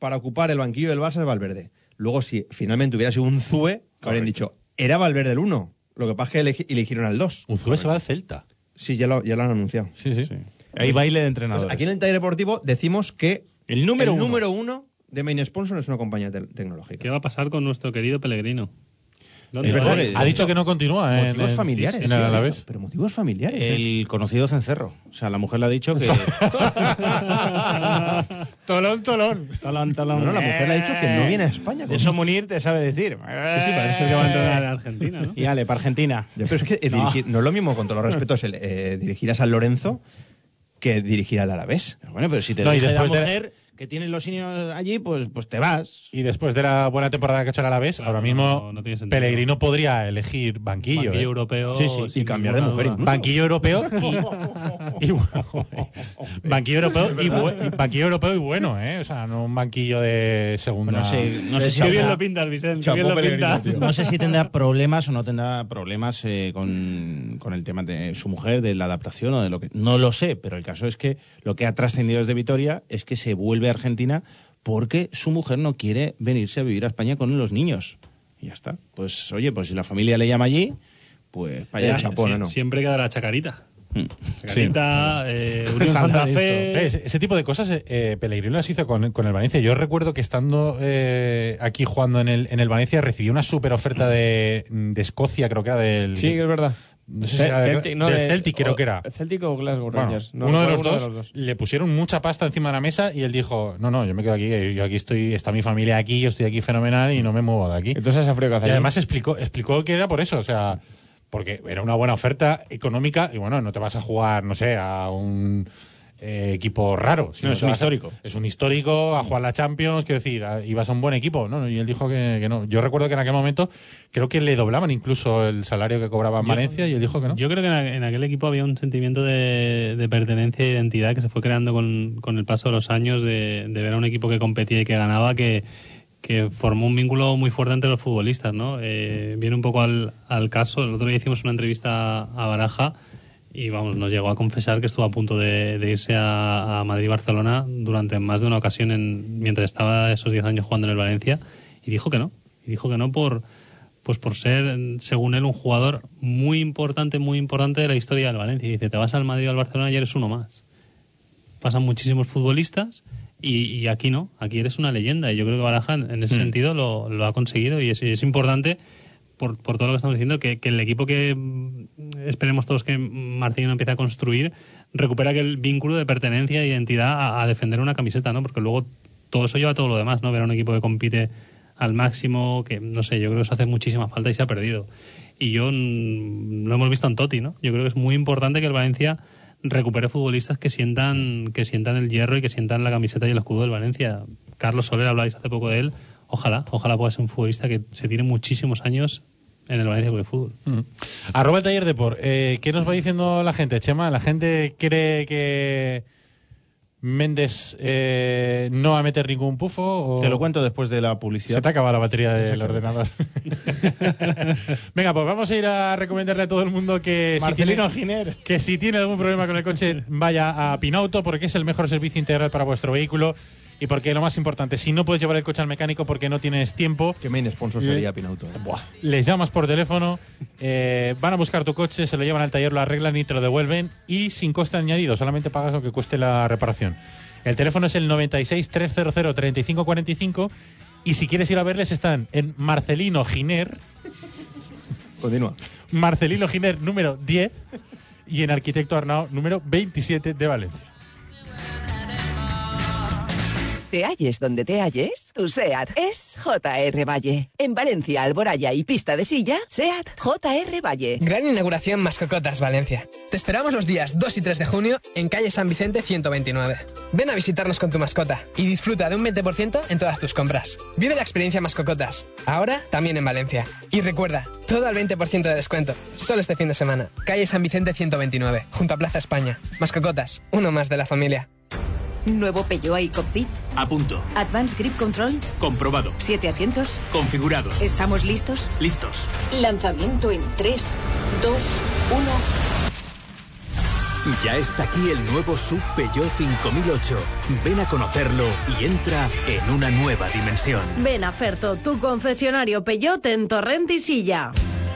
[SPEAKER 5] para ocupar el banquillo del Barça es Valverde. Luego, si finalmente hubiera sido un Zue, habrían dicho, era Valverde el uno. Lo que pasa es que elegi- eligieron al dos.
[SPEAKER 2] Unzúe se va al Celta.
[SPEAKER 5] Sí, ya lo, ya lo han anunciado.
[SPEAKER 2] Sí, sí.
[SPEAKER 3] Hay baile de
[SPEAKER 5] Pues
[SPEAKER 3] entrenador.
[SPEAKER 5] aquí en el taller deportivo decimos que
[SPEAKER 3] El número
[SPEAKER 5] el
[SPEAKER 3] uno.
[SPEAKER 5] número uno de Main Sponsor es una compañía te- tecnológica.
[SPEAKER 7] ¿Qué va a pasar con nuestro querido Pellegrino? ¿Dónde
[SPEAKER 3] Es
[SPEAKER 7] va?
[SPEAKER 3] verdad que-
[SPEAKER 2] Ha dicho que no continúa ¿eh? en,
[SPEAKER 5] motivos
[SPEAKER 2] en-
[SPEAKER 5] familiares.
[SPEAKER 2] en
[SPEAKER 5] sí,
[SPEAKER 2] el
[SPEAKER 5] sí,
[SPEAKER 2] Alavés.
[SPEAKER 5] sí, Pero motivos familiares. ¿eh?
[SPEAKER 3] El conocido cencerro. O sea, la mujer le ha dicho que.
[SPEAKER 2] Tolón, tolón.
[SPEAKER 3] talón,
[SPEAKER 5] No,
[SPEAKER 3] talón.
[SPEAKER 5] no, la mujer le ha dicho que no viene a España.
[SPEAKER 3] De eso Munir te sabe decir.
[SPEAKER 7] Sí, sí, parece que va a entrenar a Argentina, ¿no?
[SPEAKER 3] Y ale, para Argentina.
[SPEAKER 5] Ya, pero es que eh,
[SPEAKER 3] No.
[SPEAKER 5] dirigir- no. es lo mismo, con todos los respetos, el, eh, dirigir a San Lorenzo que dirigir al Alavés.
[SPEAKER 3] Pero Bueno, pero si te
[SPEAKER 2] No, y
[SPEAKER 3] dirige la
[SPEAKER 2] después de-
[SPEAKER 3] mujer, que tienen los niños allí, pues, pues te vas.
[SPEAKER 2] Y después de la buena temporada que ha hecho el Alavés,
[SPEAKER 7] Claro,
[SPEAKER 2] ahora mismo
[SPEAKER 7] no- no tiene sentido.
[SPEAKER 2] Pellegrino podría elegir banquillo.
[SPEAKER 7] Banquillo
[SPEAKER 2] ¿eh?
[SPEAKER 7] europeo.
[SPEAKER 2] Sí, sí.
[SPEAKER 7] sin
[SPEAKER 5] y cambiar de
[SPEAKER 7] ninguna
[SPEAKER 5] mujer
[SPEAKER 7] duda.
[SPEAKER 5] incluso.
[SPEAKER 2] Banquillo europeo y, y bu- joder. banquillo europeo y, bu- y banquillo europeo y bueno, ¿eh? O sea, no un banquillo de segunda.
[SPEAKER 3] No sé, no sé si
[SPEAKER 7] Qué bien
[SPEAKER 3] habrá-
[SPEAKER 7] lo pintas, Vicente. Qué
[SPEAKER 5] Chapo
[SPEAKER 7] bien lo
[SPEAKER 5] Pellegrino,
[SPEAKER 7] pintas.
[SPEAKER 5] tío.
[SPEAKER 3] No sé si tendrá problemas o no tendrá problemas eh, con, con el tema de su mujer, de la adaptación o de lo que. No lo sé, pero el caso es que lo que ha trascendido desde Vitoria es que se vuelve a Argentina porque su mujer no quiere venirse a vivir a España con los niños. Y ya está. Pues oye, pues si la familia le llama allí, pues para allá.
[SPEAKER 5] Eh, Chapo.
[SPEAKER 7] Sí,
[SPEAKER 5] no, no.
[SPEAKER 7] Siempre quedará Chacarita. Chacarita, eh, Unión
[SPEAKER 3] Santa
[SPEAKER 7] Santa
[SPEAKER 3] Listo.
[SPEAKER 2] Eh,
[SPEAKER 7] Fe.
[SPEAKER 2] Ese, ese tipo de cosas eh, eh, Pellegrino las hizo con, con el Valencia. Yo recuerdo que estando eh, aquí jugando en el, en el Valencia recibí una super oferta de, de Escocia, creo que era del...
[SPEAKER 4] Sí, es verdad.
[SPEAKER 2] No sé si era de- del Celtic, creo que era.
[SPEAKER 4] Celtic o Glasgow
[SPEAKER 2] Bueno,
[SPEAKER 4] Rangers. no
[SPEAKER 2] uno, de los,
[SPEAKER 4] recuerdo
[SPEAKER 2] dos, le pusieron mucha pasta encima de la mesa y él dijo, no, no, yo me quedo aquí, eh, yo aquí estoy, está mi familia aquí, yo estoy aquí fenomenal y no me muevo de aquí.
[SPEAKER 4] Entonces esa frío que hace
[SPEAKER 2] Y
[SPEAKER 4] allí.
[SPEAKER 2] además explicó, explicó que era por eso, o sea, porque era una buena oferta económica y bueno, no te vas a jugar, no sé, a un eh, equipo raro. sino
[SPEAKER 3] es
[SPEAKER 2] te
[SPEAKER 3] un
[SPEAKER 2] vas a-
[SPEAKER 3] histórico.
[SPEAKER 2] es un histórico, a jugar la Champions, quiero decir, a- ibas a un buen equipo, ¿no? Y él dijo que, que no. Yo recuerdo que en aquel momento creo que le doblaban incluso el salario que cobraba en
[SPEAKER 7] Yo-
[SPEAKER 2] Valencia y él dijo que no.
[SPEAKER 7] Yo creo que en, a- en aquel equipo había un sentimiento de, de pertenencia e identidad que se fue creando con, con el paso de los años, de, de ver a un equipo que competía y que ganaba, que, que formó un vínculo muy fuerte entre los futbolistas. ¿no? Eh, viene un poco al, al caso, el otro día hicimos una entrevista a Baraja y vamos, nos llegó a confesar que estuvo a punto de, de irse a, a Madrid-Barcelona durante más de una ocasión en- mientras estaba esos 10 años jugando en el Valencia y dijo que no, y dijo que no por pues por ser, según él, un jugador muy importante, muy importante de la historia del Valencia. Y dice, te vas al Madrid o al Barcelona y eres uno más. Pasan muchísimos futbolistas y, y aquí no, aquí eres una leyenda. Y yo creo que Baraja en en ese sentido lo, lo ha conseguido y es, es importante por, por todo lo que estamos diciendo, que, que el equipo que mm, esperemos todos que Marcelino empiece a construir recupera aquel vínculo de pertenencia e identidad a, a defender una camiseta, ¿no? Porque luego todo eso lleva a todo lo demás, ¿no? Ver a un equipo que compite al máximo, que no sé, yo creo que eso hace muchísima falta y se ha perdido. Y yo mm, lo hemos visto en Totti, ¿no? Yo creo que es muy importante que el Valencia recupere futbolistas que sientan, que sientan el hierro y que sientan la camiseta y el escudo del Valencia. Carlos Soler, habláis hace poco de él. Ojalá, ojalá pueda ser un futbolista que se tiene muchísimos años en el Valencia Club de Fútbol.
[SPEAKER 3] Mm.
[SPEAKER 2] Arroba el taller de por. Eh, ¿Qué nos va diciendo la gente, Chema? ¿La gente cree que Méndez eh, no va a meter ningún pufo? o-
[SPEAKER 3] Te lo cuento después de la publicidad.
[SPEAKER 2] Se te acaba la batería del ordenador. Venga, pues vamos a ir a recomendarle a todo el mundo que si,
[SPEAKER 3] Marcelino
[SPEAKER 2] tiene,
[SPEAKER 3] Giner.
[SPEAKER 2] que si tiene algún problema con el coche vaya a Pinauto porque es el mejor servicio integral para vuestro vehículo y porque lo más importante, si no puedes llevar el coche al mecánico porque no tienes tiempo,
[SPEAKER 5] ¿Qué main sponsor sería Pinauto? eh?
[SPEAKER 2] les llamas por teléfono, eh, van a buscar tu coche, se lo llevan al taller, lo arreglan y te lo devuelven y sin coste añadido, solamente pagas lo que cueste la reparación. El teléfono es el 96 300 3545 y si quieres ir a verles están en Marcelino Giner,
[SPEAKER 5] Continúa.
[SPEAKER 2] Marcelino Giner número 10 y en Arquitecto Arnao número 27 de Valencia.
[SPEAKER 8] Te halles donde te halles, tu SEAT es JR Valle. En Valencia, Alboraya y Pista de Silla, SEAT JR Valle.
[SPEAKER 9] Gran inauguración Mascocotas Valencia. Te esperamos los días 2 y 3 de junio en calle San Vicente 129. Ven a visitarnos con tu mascota y disfruta de un 20% en todas tus compras. Vive la experiencia Mascocotas, ahora también en Valencia. Y recuerda, todo al 20% de descuento, solo este fin de semana. Calle San Vicente 129, junto a Plaza España. Mascocotas, uno más de la familia.
[SPEAKER 10] Nuevo Peugeot y Cockpit.
[SPEAKER 11] A punto.
[SPEAKER 10] Advanced Grip Control.
[SPEAKER 11] Comprobado.
[SPEAKER 10] Siete asientos.
[SPEAKER 11] Configurado.
[SPEAKER 10] ¿Estamos listos?
[SPEAKER 11] Listos.
[SPEAKER 10] Lanzamiento en 3, 2, 1.
[SPEAKER 11] Ya está aquí el nuevo Sub Peugeot 5008. Ven a conocerlo y entra en una nueva dimensión.
[SPEAKER 8] Ven a Ferto, tu concesionario Peyote en Torrent y Silla.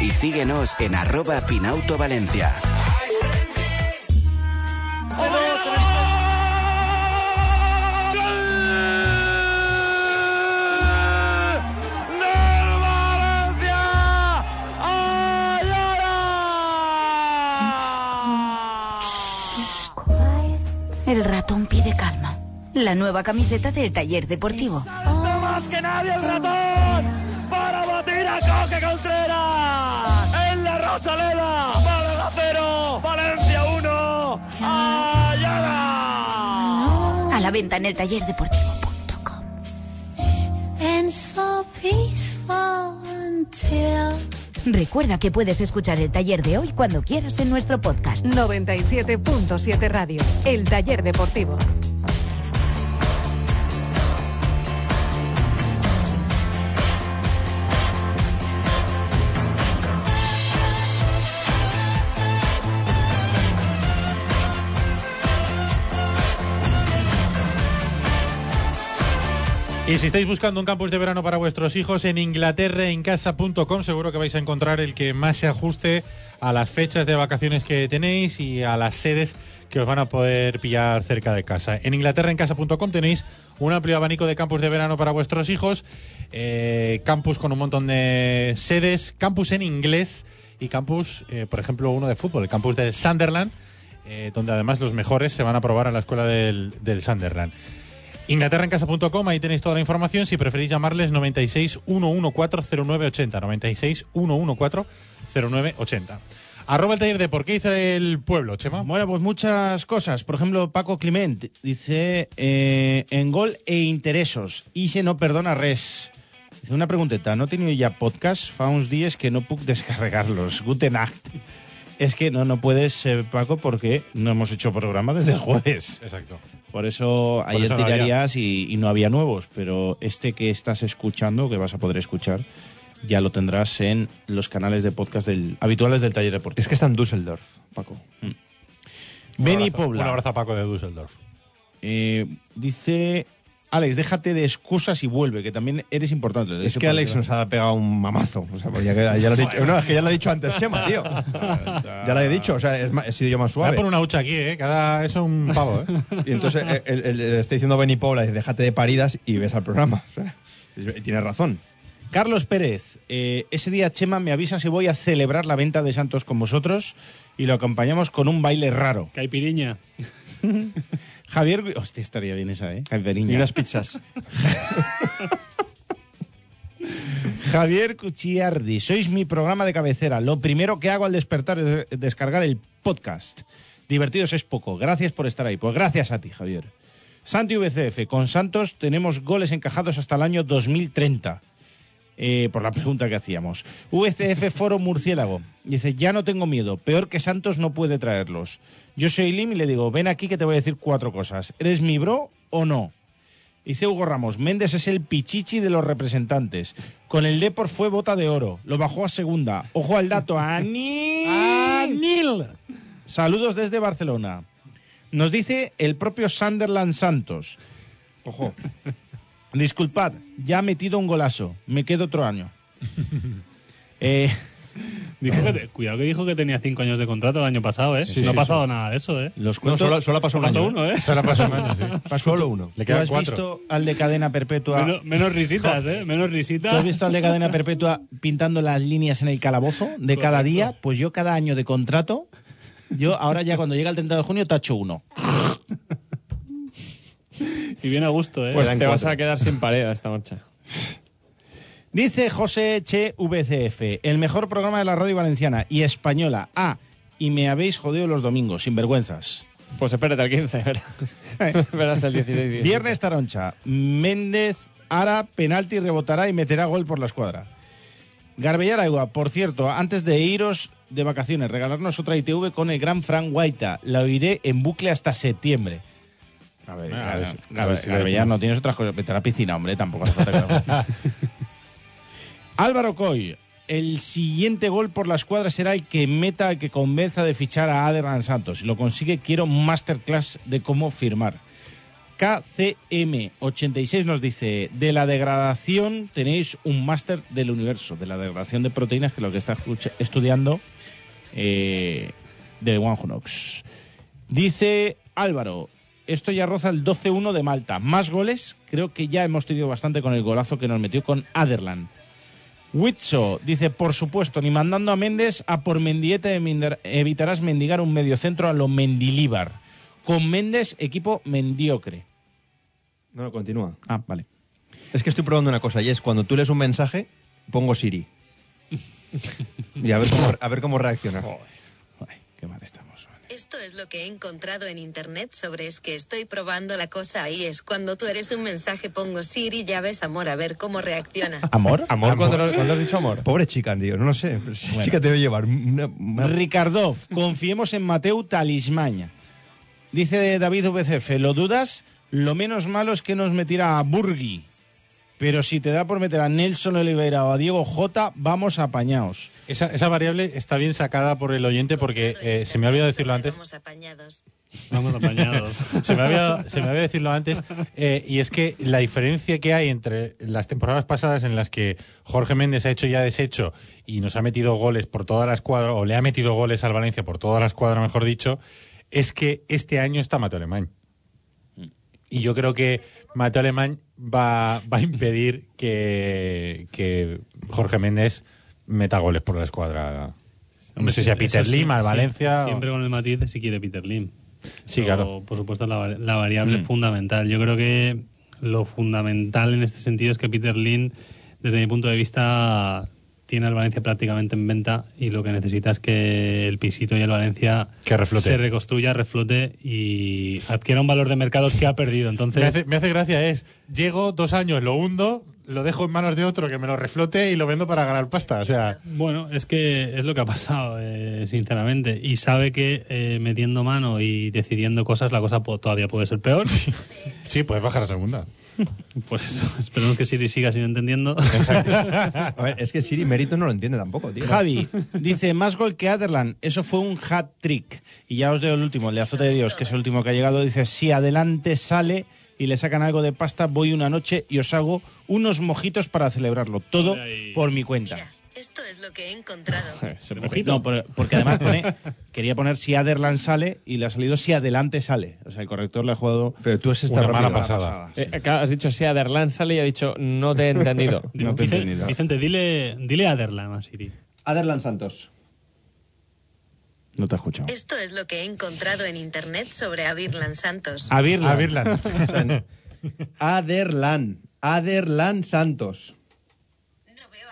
[SPEAKER 12] y síguenos en arroba Pinauto Valencia.
[SPEAKER 13] El ratón pide calma. La nueva camiseta del taller deportivo.
[SPEAKER 1] ¡No más que nadie el ratón! ¡Para batir a Coque Contreras! ¡En la Rosaleda! ¡Málaga 0! ¡Valencia 1! ¡Ayala!
[SPEAKER 13] A la venta en el taller deportivo.
[SPEAKER 14] and so peaceful until
[SPEAKER 13] Recuerda que puedes escuchar el taller de hoy cuando quieras en nuestro podcast.
[SPEAKER 15] 97.7 Radio, el taller deportivo.
[SPEAKER 2] Y si estáis buscando un campus de verano para vuestros hijos en inglaterraencasa.com, seguro que vais a encontrar el que más se ajuste a las fechas de vacaciones que tenéis y a las sedes que os van a poder pillar cerca de casa. En inglaterraencasa.com tenéis un amplio abanico de campus de verano para vuestros hijos, eh, campus con un montón de sedes, campus en inglés y campus, eh, por ejemplo, uno de fútbol, el campus del Sunderland, eh, donde además los mejores se van a probar a la escuela del, del Sunderland. Inglaterraencasa.com, ahí tenéis toda la información. Si preferís llamarles 96 114 0980. 96 114 0980. Arroba el taller de por qué hice el pueblo, Chema.
[SPEAKER 3] Bueno, pues muchas cosas. Por ejemplo, Paco Clement dice eh, en gol e interesos. Y se no perdona res. Dice una pregunteta. ¿No tenido ya podcast? Fa uns dies que no puc descargarlos. Guten Nacht. Es que no, no puedes, eh, Paco, porque no hemos hecho programa desde el jueves.
[SPEAKER 2] Exacto.
[SPEAKER 3] Por eso ayer
[SPEAKER 2] eso no
[SPEAKER 3] tirarías y, y no había nuevos, pero este que estás escuchando, que vas a poder escuchar, ya lo tendrás en los canales de podcast del, habituales del taller deportivo. Es que está en Düsseldorf, Paco. Beni
[SPEAKER 2] abrazo-
[SPEAKER 3] Pobla.
[SPEAKER 2] un abrazo a Paco de Düsseldorf.
[SPEAKER 3] Eh, dice Alex, déjate de excusas y vuelve, que también eres importante.
[SPEAKER 5] Es que Alex nos ha pegado un mamazo. O sea, pues ya, que- ya lo he dicho- no, es que ya lo he dicho antes, Chema, tío. Ya lo he dicho, o sea, es más- he sido yo más
[SPEAKER 2] Voy a
[SPEAKER 5] suave.
[SPEAKER 2] poner una hucha aquí, ¿eh? Cada, eso es un pavo, ¿eh?
[SPEAKER 5] Y entonces eh, él- él- él le está diciendo a Benny Paula, dice, déjate de paridas y ves al programa. O sea, y tiene razón.
[SPEAKER 3] Carlos Pérez, eh, ese día Chema me avisa si voy a celebrar la venta de Santos con vosotros y lo acompañamos con un baile raro.
[SPEAKER 7] Caipiriña.
[SPEAKER 3] Javier, Gui- hostia, estaría bien esa, ¿eh? Caipiriña.
[SPEAKER 5] Y unas pizzas.
[SPEAKER 3] Javier Cuchiardi, sois mi programa de cabecera. Lo primero que hago al despertar es descargar el podcast. Divertidos es poco. Gracias por estar ahí. Pues gracias a ti, Javier. Santi VCF, con Santos tenemos goles encajados hasta el año 2030. Eh, por la pregunta que hacíamos. VCF Foro Murciélago. Dice, ya no tengo miedo. Peor que Santos no puede traerlos. Yo soy Lim y le digo, ven aquí que te voy a decir cuatro cosas. ¿Eres mi bro o no? Dice Hugo Ramos, Méndez es el pichichi de los representantes. Con el Depor fue bota de oro. Lo bajó a segunda. Ojo al dato. ¡Anil! Saludos desde Barcelona. Nos dice el propio Sunderland Santos. Ojo. Disculpad, ya ha metido un golazo. Me quedo otro año. Eh,
[SPEAKER 7] Dijo que te- cuidado que dijo que tenía cinco años de contrato el año pasado, ¿eh?
[SPEAKER 3] Sí,
[SPEAKER 7] no
[SPEAKER 3] sí,
[SPEAKER 7] ha pasado nada de eso, ¿eh?
[SPEAKER 3] Los cuento- solo- solo ha pasado un año,
[SPEAKER 7] uno,
[SPEAKER 3] ¿eh?
[SPEAKER 7] ¿eh?
[SPEAKER 3] Solo ha pasado un año, sí.
[SPEAKER 5] Solo uno.
[SPEAKER 3] ¿Tú has visto al de cadena perpetua?
[SPEAKER 7] Menos, menos risitas, ¿eh? Menos
[SPEAKER 3] ¿Tú
[SPEAKER 7] risitas.
[SPEAKER 3] has visto al de cadena perpetua pintando las líneas en el calabozo de cada
[SPEAKER 7] Correcto.
[SPEAKER 3] día? Pues yo cada año de contrato, yo ahora ya cuando llega el 30 de junio tacho uno.
[SPEAKER 7] Y bien a gusto, ¿eh?
[SPEAKER 4] Pues te vas a quedar sin pared a esta marcha.
[SPEAKER 3] Dice José Che VCF, el mejor programa de la radio valenciana y española. Ah, y me habéis jodido los domingos, sinvergüenzas.
[SPEAKER 4] Pues espérate al 15, verás. verás el 16 y
[SPEAKER 3] Viernes Taroncha, Méndez hará penalti, rebotará y meterá gol por la escuadra. Garbellar Aigua, por cierto, antes de iros de vacaciones, regalarnos otra ITV con el gran Frank Guaita. La oiré en bucle hasta septiembre. A ver,
[SPEAKER 2] Ah,
[SPEAKER 3] a
[SPEAKER 2] a
[SPEAKER 3] ver,
[SPEAKER 2] ver,
[SPEAKER 3] si- a
[SPEAKER 2] a
[SPEAKER 3] ver,
[SPEAKER 2] ver si-
[SPEAKER 3] Garbellar, no tienes otras cosas. Vete a la piscina, hombre, tampoco hace falta que lo- Álvaro Coy, el siguiente gol por la escuadra será el que meta, el que convenza de fichar a Aderlan Santos. Si lo consigue, quiero un masterclass de cómo firmar. KCM86 nos dice, de la degradación tenéis un máster del universo, de la degradación de proteínas, que es lo que está escucha- estudiando eh, de Juanox. Dice Álvaro, esto ya roza el 12-1 de Malta. Más goles, creo que ya hemos tenido bastante con el golazo que nos metió con Aderlan. Huitzo dice, por supuesto, ni mandando a Méndez a por Mendieta eminder- evitarás mendigar un mediocentro a lo Mendilíbar. Con Méndez, equipo mediocre.
[SPEAKER 5] No, continúa.
[SPEAKER 3] Ah, vale.
[SPEAKER 5] Es que estoy probando una cosa y es cuando tú lees un mensaje, pongo Siri. Y a ver cómo, a ver cómo reacciona.
[SPEAKER 3] qué mal estamos.
[SPEAKER 16] Esto es lo que he encontrado en internet sobre es que estoy probando la cosa ahí es cuando tú eres un mensaje pongo Siri ya ves amor a ver cómo reacciona.
[SPEAKER 3] ¿Amor?
[SPEAKER 4] ¿Amor? ¿Cuándo, lo- cuándo has dicho amor?
[SPEAKER 5] Pobre chica, tío, no lo sé. pero esa chica te debe llevar una- una-
[SPEAKER 3] Ricardov, confiemos en Mateu Talismaña. Dice David VCF, ¿lo dudas? Lo menos malo es que nos metiera a Burgui. Pero si te da por meter a Nelson Oliveira o a Diego Jota, vamos apañados.
[SPEAKER 2] Esa, esa variable está bien sacada por el oyente porque eh, se me había decirlo antes.
[SPEAKER 16] Vamos apañados.
[SPEAKER 2] Vamos apañados. se, me había, se me había decirlo antes. eh, y es que la diferencia que hay entre las temporadas pasadas en las que Jorge Méndez ha hecho ya deshecho y nos ha metido goles por toda la escuadra, o le ha metido goles al Valencia por toda la escuadra, mejor dicho, es que este año está Mateo Alemán. Y yo creo que Mateo Alemán va, va a impedir que, que Jorge Méndez meta goles por la escuadra. No sé si a Peter
[SPEAKER 7] Eso sí,
[SPEAKER 2] Lim, al
[SPEAKER 7] sí,
[SPEAKER 2] Valencia. o-
[SPEAKER 7] Siempre con el matiz de si quiere Peter Lim.
[SPEAKER 2] Sí,
[SPEAKER 7] Pero,
[SPEAKER 2] claro.
[SPEAKER 7] Por supuesto, la, va- la variable
[SPEAKER 2] Mm.
[SPEAKER 7] fundamental. Yo creo que lo fundamental en este sentido es que Peter Lim, desde mi punto de vista, tiene al Valencia prácticamente en venta y lo que necesita es que el pisito y el Valencia
[SPEAKER 2] Que reflote.
[SPEAKER 7] se reconstruya, reflote y adquiera un valor de mercado que ha perdido. Entonces,
[SPEAKER 2] Me hace, me hace gracia es, llego dos años, lo hundo, lo dejo en manos de otro que me lo reflote y lo vendo para ganar pasta. O sea,
[SPEAKER 7] Bueno, es que es lo que ha pasado, eh, sinceramente. Y sabe que eh, metiendo mano y decidiendo cosas, la cosa po- todavía puede ser peor.
[SPEAKER 2] sí, puedes bajar a segunda.
[SPEAKER 7] Por eso, esperemos que Siri siga sin entendiendo.
[SPEAKER 5] A ver, es que Siri mérito no lo entiende tampoco, tío.
[SPEAKER 3] Javi dice, más gol que Aderland. Eso fue un hat-trick. Y ya os leo el último, el de Azote de Dios, que es el último que ha llegado. Dice, si adelante sale y le sacan algo de pasta, voy una noche y os hago unos mojitos para celebrarlo. Todo por mi cuenta. Eh,
[SPEAKER 16] Esto es lo que he encontrado.
[SPEAKER 3] Se pone- No, por- porque además pone, quería poner si Aderland sale y le ha salido si adelante sale. O sea, el corrector le ha jugado Pero
[SPEAKER 5] tú es
[SPEAKER 4] esta rápida.
[SPEAKER 2] Pues-
[SPEAKER 4] Eh, claro, has dicho sea Derlan sale y ha dicho no te he entendido.
[SPEAKER 7] No te he entendido. Vicente, dile, dile a Derlan a Siri.
[SPEAKER 5] Aderlan Santos. Eh,
[SPEAKER 3] No te he escuchado.
[SPEAKER 16] Esto es lo que he encontrado en internet sobre Avirlan Santos.
[SPEAKER 3] Avirlan.
[SPEAKER 5] Aderlan. Aderlan Santos.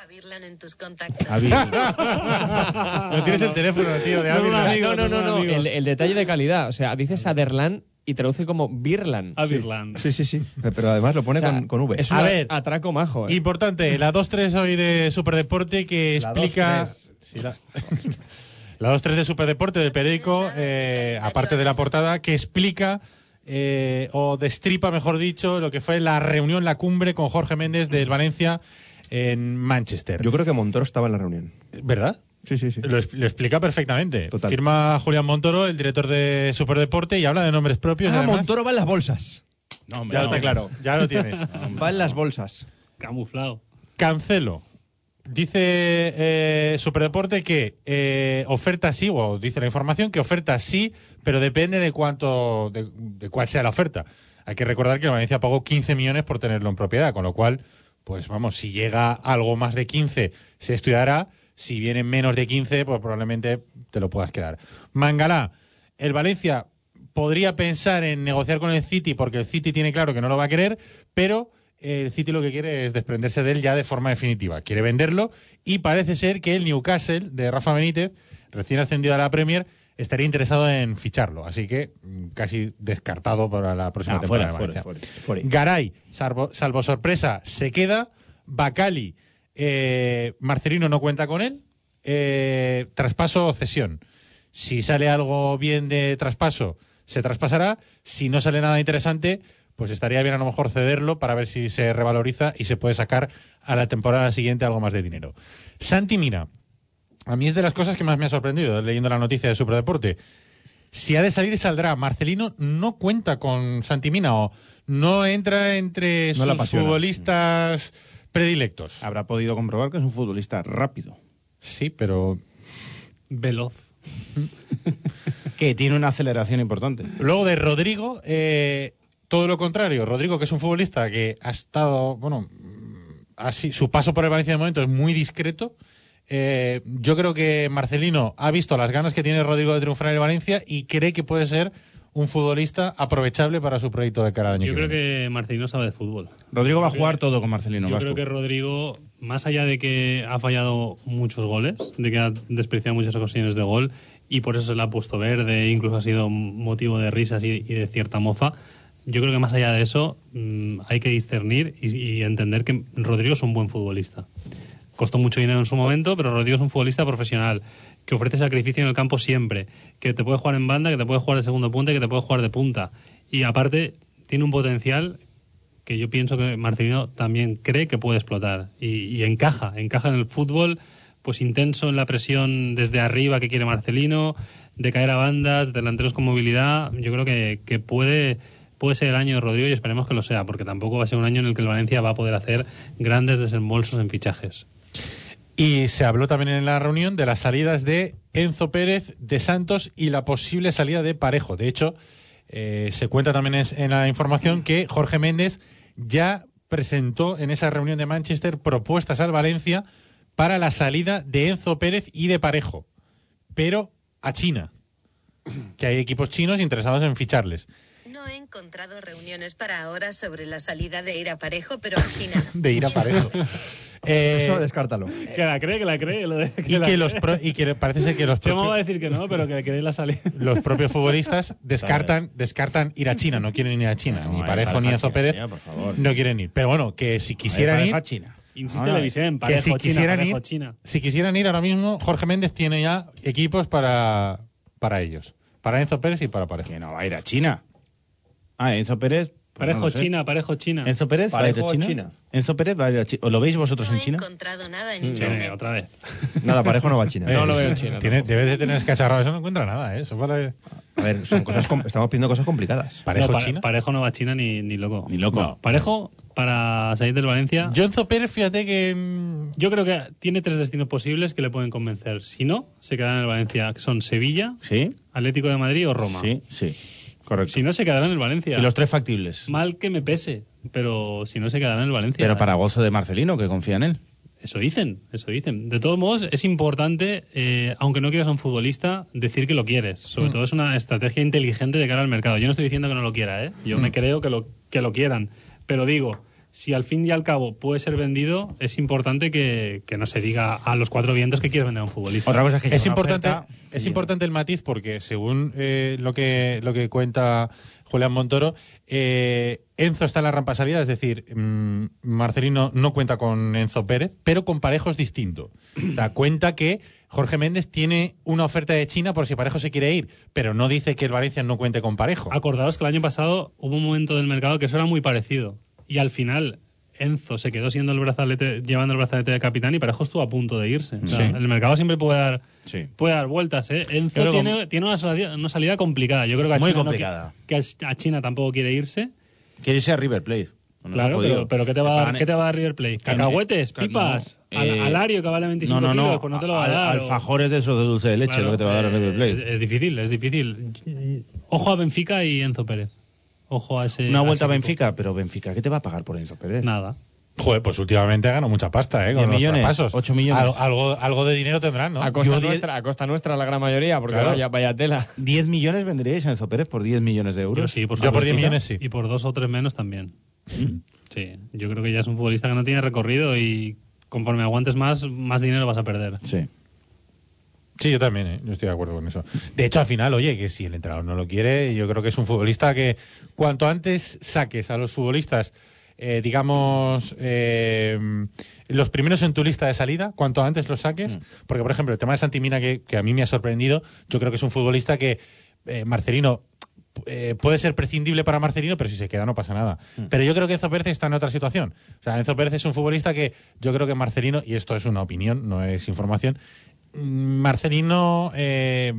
[SPEAKER 16] Avirlan en tus contactos.
[SPEAKER 2] No tienes el teléfono, tío, de
[SPEAKER 4] No,
[SPEAKER 2] Avirlan.
[SPEAKER 4] no, no, no,
[SPEAKER 2] No, amigo.
[SPEAKER 4] El, el detalle de calidad. O sea, dices a Derlan y traduce como Birlan.
[SPEAKER 7] A Birlan.
[SPEAKER 5] Sí, sí, sí. Eh, Pero además lo pone
[SPEAKER 4] O sea,
[SPEAKER 5] con, con V.
[SPEAKER 4] es
[SPEAKER 2] A
[SPEAKER 4] un
[SPEAKER 2] ver.
[SPEAKER 4] atraco majo. eh.
[SPEAKER 2] Importante, la 2-3 hoy de Superdeporte que
[SPEAKER 4] La
[SPEAKER 2] explica... Sí, la- La 2-3 de Superdeporte del periódico, eh, aparte de la portada, que explica eh, o destripa, mejor dicho, lo que fue la reunión, la cumbre con Jorge Méndez del Valencia en Manchester.
[SPEAKER 5] Yo creo que Montoro estaba en la reunión.
[SPEAKER 2] ¿Verdad?
[SPEAKER 5] Sí, sí, sí.
[SPEAKER 2] Lo, es- lo explica perfectamente. Firma Julián Montoro, el director de Superdeporte, y habla de nombres propios. y
[SPEAKER 5] Ah,
[SPEAKER 2] además-
[SPEAKER 5] Montoro va en las bolsas.
[SPEAKER 3] No,
[SPEAKER 2] ya está claro, ya lo tienes.
[SPEAKER 5] Va en las bolsas.
[SPEAKER 7] Camuflado.
[SPEAKER 2] Cancelo. Dice eh, Superdeporte que eh, oferta sí, o dice la información que oferta sí, pero depende de cuánto, de, de cuál sea la oferta. Hay que recordar que el Valencia pagó 15 millones por tenerlo en propiedad, con lo cual, pues vamos, si llega algo más de 15, se estudiará. Si viene menos de 15, pues probablemente te lo puedas quedar. Mangalá, el Valencia podría pensar en negociar con el City porque el City tiene claro que no lo va a querer, pero eh, el City lo que quiere es desprenderse de él ya de forma definitiva. Quiere venderlo y parece ser que el Newcastle de Rafa Benítez, recién ascendido a la Premier, estaría interesado en ficharlo. Así que mm, casi descartado para la próxima
[SPEAKER 3] Ah,
[SPEAKER 2] temporada.
[SPEAKER 3] fuera,
[SPEAKER 2] de
[SPEAKER 3] fuera,
[SPEAKER 2] Valencia. Garay, salvo, salvo sorpresa, se queda. Bacali Eh, Marcelino no cuenta con él. Eh, traspaso o cesión. Si sale algo bien de traspaso, se traspasará. Si no sale nada interesante, pues estaría bien a lo mejor cederlo para ver si se revaloriza y se puede sacar a la temporada siguiente algo más de dinero. Santi Mina. A mí es de las cosas que más me ha sorprendido leyendo la noticia de Superdeporte. Si ha de salir, saldrá. Marcelino no cuenta con Santimina o no entra entre
[SPEAKER 3] No le
[SPEAKER 2] sus
[SPEAKER 3] apasiona.
[SPEAKER 2] futbolistas predilectos.
[SPEAKER 3] Habrá podido comprobar que es un futbolista rápido.
[SPEAKER 2] Sí, pero
[SPEAKER 7] Veloz.
[SPEAKER 3] que tiene una aceleración importante.
[SPEAKER 2] Luego de Rodrigo, eh, todo lo contrario. Rodrigo, que es un futbolista que ha estado, bueno, mm, así, su paso por el Valencia de momento es muy discreto. Eh, yo creo que Marcelino ha visto las ganas que tiene Rodrigo de triunfar en el Valencia y cree que puede ser un futbolista aprovechable para su proyecto de cara al año
[SPEAKER 7] Yo
[SPEAKER 2] que
[SPEAKER 7] creo
[SPEAKER 2] viene.
[SPEAKER 7] que Marcelino sabe de fútbol.
[SPEAKER 3] Rodrigo va a jugar todo con Marcelino.
[SPEAKER 7] Yo
[SPEAKER 3] Vasco.
[SPEAKER 7] creo que Rodrigo, más allá de que ha fallado muchos goles, de que ha despreciado muchas ocasiones de gol y por eso se le ha puesto verde, incluso ha sido motivo de risas y, y de cierta mofa, yo creo que más allá de eso mm, hay que discernir y, y entender que Rodrigo es un buen futbolista. Costó mucho dinero en su momento, pero Rodrigo es un futbolista profesional que ofrece sacrificio en el campo siempre, que te puede jugar en banda, que te puede jugar de segundo punta y que te puede jugar de punta. Y aparte tiene un potencial que yo pienso que Marcelino también cree que puede explotar y, y encaja, encaja en el fútbol pues intenso en la presión desde arriba que quiere Marcelino, de caer a bandas, delanteros con movilidad, yo creo que, que puede, puede ser el año de Rodrigo y esperemos que lo sea, porque tampoco va a ser un año en el que el Valencia va a poder hacer grandes desembolsos en fichajes.
[SPEAKER 2] Y se habló también en la reunión de las salidas de Enzo Pérez, de Santos y la posible salida de Parejo. De hecho, eh, se cuenta también es- en la información que Jorge Méndez ya presentó en esa reunión de Manchester propuestas al Valencia para la salida de Enzo Pérez y de Parejo, pero a China, que hay equipos chinos interesados en ficharles.
[SPEAKER 16] No he encontrado reuniones para ahora sobre la salida de ir a parejo, pero a China.
[SPEAKER 2] De ir a Parejo. Eh,
[SPEAKER 5] Eso descártalo.
[SPEAKER 7] Que la cree, que la cree. lo de-
[SPEAKER 2] y
[SPEAKER 7] la
[SPEAKER 2] que los
[SPEAKER 7] cree.
[SPEAKER 2] pro- y que parece ser que los
[SPEAKER 7] Chema
[SPEAKER 2] propios-
[SPEAKER 7] va a decir que no, pero que cree la salida.
[SPEAKER 2] los propios futbolistas descartan, descartan ir a China, no quieren ir a China. ni
[SPEAKER 3] hay
[SPEAKER 2] Parejo ni
[SPEAKER 3] pareja
[SPEAKER 2] Enzo
[SPEAKER 3] china,
[SPEAKER 2] Pérez
[SPEAKER 3] ya, por favor.
[SPEAKER 2] no quieren ir. Pero bueno, que si quisieran ir.
[SPEAKER 3] pareja china.
[SPEAKER 7] Insiste
[SPEAKER 2] Ahora,
[SPEAKER 7] Levisén,
[SPEAKER 2] Ah, que
[SPEAKER 7] parejo
[SPEAKER 2] si
[SPEAKER 7] China,
[SPEAKER 2] quisieran
[SPEAKER 7] parejo
[SPEAKER 2] ir- Pues
[SPEAKER 7] China.
[SPEAKER 2] Si quisieran ir ahora mismo, Jorge Méndez tiene ya equipos para, para ellos. Para Enzo Pérez y para Parejo.
[SPEAKER 3] Que no va a ir a China. Ah, Enzo Pérez. pues
[SPEAKER 7] Parejo
[SPEAKER 3] no lo sé.
[SPEAKER 7] China, parejo China.
[SPEAKER 3] Enzo Pérez va
[SPEAKER 5] Parejo
[SPEAKER 3] a ir a China.
[SPEAKER 5] China.
[SPEAKER 3] Enzo Pérez va a ir a China. ¿Os lo veis vosotros en China?
[SPEAKER 16] encontrado nada en
[SPEAKER 3] Mm,
[SPEAKER 16] internet.
[SPEAKER 7] Otra vez.
[SPEAKER 5] Nada, parejo no va a China.
[SPEAKER 2] Eh, tiene- Debe de tener escacharrado, eso no encuentra nada. ¿eh? Eso para-
[SPEAKER 5] A ver, son cosas com- estamos pidiendo cosas complicadas.
[SPEAKER 2] ¿Parejo
[SPEAKER 7] No, pa-
[SPEAKER 2] China?
[SPEAKER 7] Parejo no va a China ni, ni loco.
[SPEAKER 3] Ni loco.
[SPEAKER 7] No, parejo para salir del Valencia.
[SPEAKER 2] Yo Enzo Pérez, fíjate que. mm,
[SPEAKER 7] Yo creo que tiene tres destinos posibles que le pueden convencer. Si no, se quedará en el Valencia, que son Sevilla,
[SPEAKER 3] Sí,
[SPEAKER 7] Atlético de Madrid o Roma.
[SPEAKER 3] sí, sí. Correcto.
[SPEAKER 7] Si no, se quedará en el Valencia.
[SPEAKER 3] Y los tres factibles.
[SPEAKER 7] Mal que me pese, pero si no, se quedará en el Valencia.
[SPEAKER 3] Pero para gozo de Marcelino, que confía en él.
[SPEAKER 7] Eso dicen, eso dicen. De todos modos, es importante, eh, aunque no quieras a un futbolista, decir que lo quieres. Sobre
[SPEAKER 3] Hmm.
[SPEAKER 7] todo es una estrategia inteligente de cara al mercado. Yo no estoy diciendo que no lo quiera, ¿eh? Yo me
[SPEAKER 3] Hmm.
[SPEAKER 7] creo que lo, que lo quieran. Pero digo, si al fin y al cabo puede ser vendido, es importante que, que no se diga a los cuatro vientos que quieres vender a un futbolista.
[SPEAKER 3] Otra cosa es que llega
[SPEAKER 2] Es
[SPEAKER 3] una
[SPEAKER 2] importante,
[SPEAKER 3] oferta y
[SPEAKER 2] es
[SPEAKER 3] llega.
[SPEAKER 2] importante el matiz porque según eh, lo, que, lo que cuenta Julián Montoro, eh, Enzo está en la rampa de salida, es decir, mm, Marcelino no cuenta con Enzo Pérez, pero con Parejo es distinto. O sea, cuenta que Jorge Méndez tiene una oferta de China por si Parejo se quiere ir, pero no dice que el Valencia no cuente con Parejo.
[SPEAKER 7] Acordaos que el año pasado hubo un momento del mercado que eso era muy parecido. Y al final, Enzo se quedó siendo el brazalete, llevando el brazalete de capitán y Parejo estuvo a punto de irse. O sea,
[SPEAKER 2] Sí.
[SPEAKER 7] El mercado siempre puede dar,
[SPEAKER 3] Sí.
[SPEAKER 7] puede dar vueltas. ¿eh? Enzo
[SPEAKER 3] Yo creo que-
[SPEAKER 7] tiene, tiene una, salida, una salida complicada. Yo creo que a,
[SPEAKER 3] Muy
[SPEAKER 7] China, no
[SPEAKER 3] complicada.
[SPEAKER 7] qui- que a China tampoco quiere irse.
[SPEAKER 3] Quiere irse a River Plate. No se ha
[SPEAKER 7] claro,
[SPEAKER 3] podido.
[SPEAKER 7] pero, pero ¿qué, te va, a dar-
[SPEAKER 3] pagan-
[SPEAKER 7] ¿qué te va a dar River Plate? ¿Cacahuetes?
[SPEAKER 3] Ca- no,
[SPEAKER 7] ¿Pipas? al-
[SPEAKER 3] eh,
[SPEAKER 7] ¿Alario que vale 25
[SPEAKER 3] No, no, no.
[SPEAKER 7] kilos? Pues no te lo va a
[SPEAKER 3] al-
[SPEAKER 7] dar. o-
[SPEAKER 3] alfajores de esos de dulce de leche
[SPEAKER 7] Claro,
[SPEAKER 3] lo que te va a dar el
[SPEAKER 7] eh,
[SPEAKER 3] River Plate.
[SPEAKER 7] Es, es difícil, es difícil. Ojo a Benfica y Enzo Pérez. Ojo a ese.
[SPEAKER 3] Una vuelta a
[SPEAKER 7] ese equipo.
[SPEAKER 3] Benfica, pero Benfica, ¿qué te va a pagar por Enzo Pérez?
[SPEAKER 7] eh, Nada.
[SPEAKER 2] Joder, pues últimamente ha ganado mucha pasta, ¿eh? Con
[SPEAKER 3] Diez
[SPEAKER 2] los
[SPEAKER 3] millones,
[SPEAKER 2] traspasos.
[SPEAKER 3] ocho millones.
[SPEAKER 2] Al- algo, algo de dinero tendrán, ¿no?
[SPEAKER 4] A costa,
[SPEAKER 3] Yo di-
[SPEAKER 4] nuestra, a costa nuestra la gran mayoría, porque
[SPEAKER 2] Claro.
[SPEAKER 4] vaya, vaya tela.
[SPEAKER 3] 10 millones venderíais a Enzo Pérez por 10 millones de
[SPEAKER 7] Yo
[SPEAKER 3] euros.
[SPEAKER 7] sí, por
[SPEAKER 2] Yo por
[SPEAKER 7] supuesto.
[SPEAKER 2] 10 millones sí.
[SPEAKER 7] Y por dos o tres menos también.
[SPEAKER 3] Mm.
[SPEAKER 7] Sí, yo creo que ya es un futbolista que no tiene recorrido y conforme aguantes más, más dinero vas a perder.
[SPEAKER 3] Sí.
[SPEAKER 2] Sí, yo también, ¿eh? yo estoy de acuerdo con eso. De hecho, al final, oye, que si el entrenador no lo quiere, yo creo que es un futbolista que cuanto antes saques a los futbolistas eh, digamos, eh, los primeros en tu lista de salida, cuanto antes los saques. Porque, por ejemplo, el tema de Santimina, que, que a mí me ha sorprendido, yo creo que es un futbolista que eh, Marcelino eh, puede ser prescindible para Marcelino, pero si se queda no pasa nada. Pero yo creo que Enzo Pérez está en otra situación. O sea, Enzo Pérez es un futbolista que yo creo que Marcelino, y esto es una opinión, no es información, mm, Marcelino eh,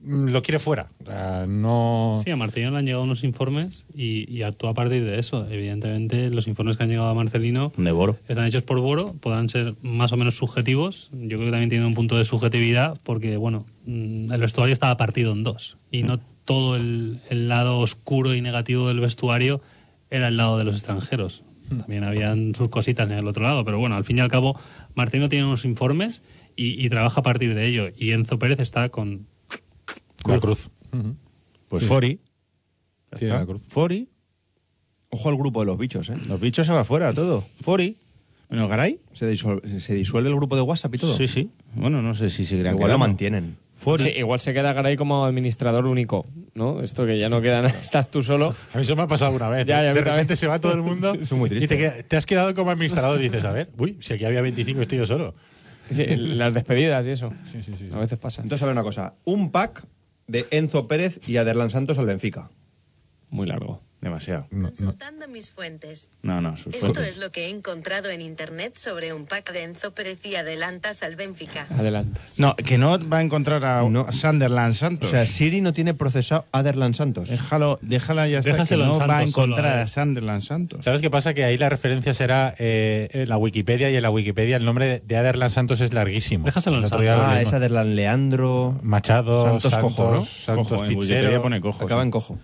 [SPEAKER 2] mm, lo quiere fuera. O sea, no...
[SPEAKER 7] Sí, a Marcelino le han llegado unos informes y, y actúa a partir de eso. Evidentemente, los informes que han llegado a Marcelino
[SPEAKER 3] De Boro.
[SPEAKER 7] están hechos por Boro, podrán ser más o menos subjetivos. Yo creo que también tienen un punto de subjetividad porque, bueno, mm, el vestuario estaba partido en dos y no todo el, el lado oscuro y negativo del vestuario era el lado de los extranjeros. También habían sus cositas en el otro lado, pero bueno, al fin y al cabo, Martino tiene unos informes y, y trabaja a partir de ello. Y Enzo Pérez está con
[SPEAKER 2] La cruz.
[SPEAKER 3] Pues
[SPEAKER 7] Sí.
[SPEAKER 3] Fori.
[SPEAKER 7] Tiene la
[SPEAKER 3] cruz. Fori.
[SPEAKER 5] Ojo al grupo de los bichos, ¿eh?
[SPEAKER 3] Los bichos se va afuera, todo. Fori. Menos Garay.
[SPEAKER 5] Se disuelve, se disuelve el grupo de WhatsApp y todo.
[SPEAKER 3] Sí, sí. Bueno, no sé si seguirán
[SPEAKER 5] Igual lo
[SPEAKER 3] quedando.
[SPEAKER 5] mantienen.
[SPEAKER 3] Fori.
[SPEAKER 4] Sí, igual se queda Garay como administrador único, ¿no? Esto que ya no queda nada, estás tú solo.
[SPEAKER 2] A mí eso me ha pasado una vez.
[SPEAKER 4] Ya,
[SPEAKER 2] ¿eh?
[SPEAKER 4] ya, a mí
[SPEAKER 2] de
[SPEAKER 4] también.
[SPEAKER 2] repente se va todo el mundo
[SPEAKER 5] Eso es muy
[SPEAKER 2] y
[SPEAKER 5] triste.
[SPEAKER 2] te, queda- te has quedado como administrador y dices, a ver, uy, si aquí había 25 y estoy yo solo.
[SPEAKER 4] Sí, las despedidas y eso.
[SPEAKER 2] Sí, sí, sí.
[SPEAKER 4] A veces pasa.
[SPEAKER 5] Entonces, a ver una cosa. Un pack de Enzo Pérez y Aderlan Santos al Benfica.
[SPEAKER 4] Muy largo.
[SPEAKER 3] Demasiado.
[SPEAKER 16] Consultando mis fuentes.
[SPEAKER 3] No, no. sus
[SPEAKER 16] Esto
[SPEAKER 3] fotos.
[SPEAKER 16] es lo que he encontrado en internet sobre un pack de Enzo Pérez y adelantas al Benfica.
[SPEAKER 4] Adelantas.
[SPEAKER 3] No, que no va a encontrar a, a Sunderland
[SPEAKER 5] O
[SPEAKER 3] Santos.
[SPEAKER 5] sea, Siri no tiene procesado a Aderlan Santos.
[SPEAKER 3] Déjalo, déjala ya está, que
[SPEAKER 7] Déjaselo
[SPEAKER 3] no
[SPEAKER 7] en
[SPEAKER 3] va a
[SPEAKER 7] Santos solo,
[SPEAKER 3] encontrar
[SPEAKER 7] eh.
[SPEAKER 3] a Sunderland Santos.
[SPEAKER 2] ¿Sabes qué pasa? Que ahí la referencia será eh, en la Wikipedia y en la Wikipedia el nombre de Aderlan Santos es larguísimo.
[SPEAKER 7] Déjaselo en
[SPEAKER 2] El otro
[SPEAKER 7] Santos.
[SPEAKER 2] día lo
[SPEAKER 5] Ah,
[SPEAKER 2] leímos.
[SPEAKER 5] es Aderlan Leandro.
[SPEAKER 2] Machado, Santos,
[SPEAKER 5] Santos
[SPEAKER 2] Santos,
[SPEAKER 5] Cojo, ¿no?
[SPEAKER 3] Cojo, en
[SPEAKER 2] Pichero.
[SPEAKER 3] Wikipedia pone cojo.
[SPEAKER 5] Acaba
[SPEAKER 3] sí.
[SPEAKER 5] en cojo.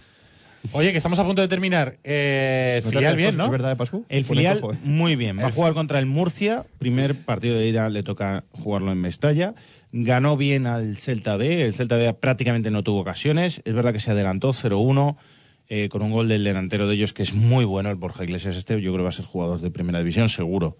[SPEAKER 2] Oye, que estamos a punto de terminar. Eh, el filial bien, ¿no?
[SPEAKER 5] ¿Es verdad de Pascu?
[SPEAKER 3] El
[SPEAKER 5] Pone
[SPEAKER 3] filial,
[SPEAKER 5] cojo, ¿eh?
[SPEAKER 3] muy bien. Va a jugar contra el Murcia. Primer partido de ida le toca jugarlo en Mestalla. Ganó bien al Celta B. El Celta B prácticamente no tuvo ocasiones. Es verdad que se adelantó 0-1 eh, con un gol del delantero de ellos que es muy bueno, el Borja Iglesias este. Yo creo que va a ser jugador de primera división, seguro.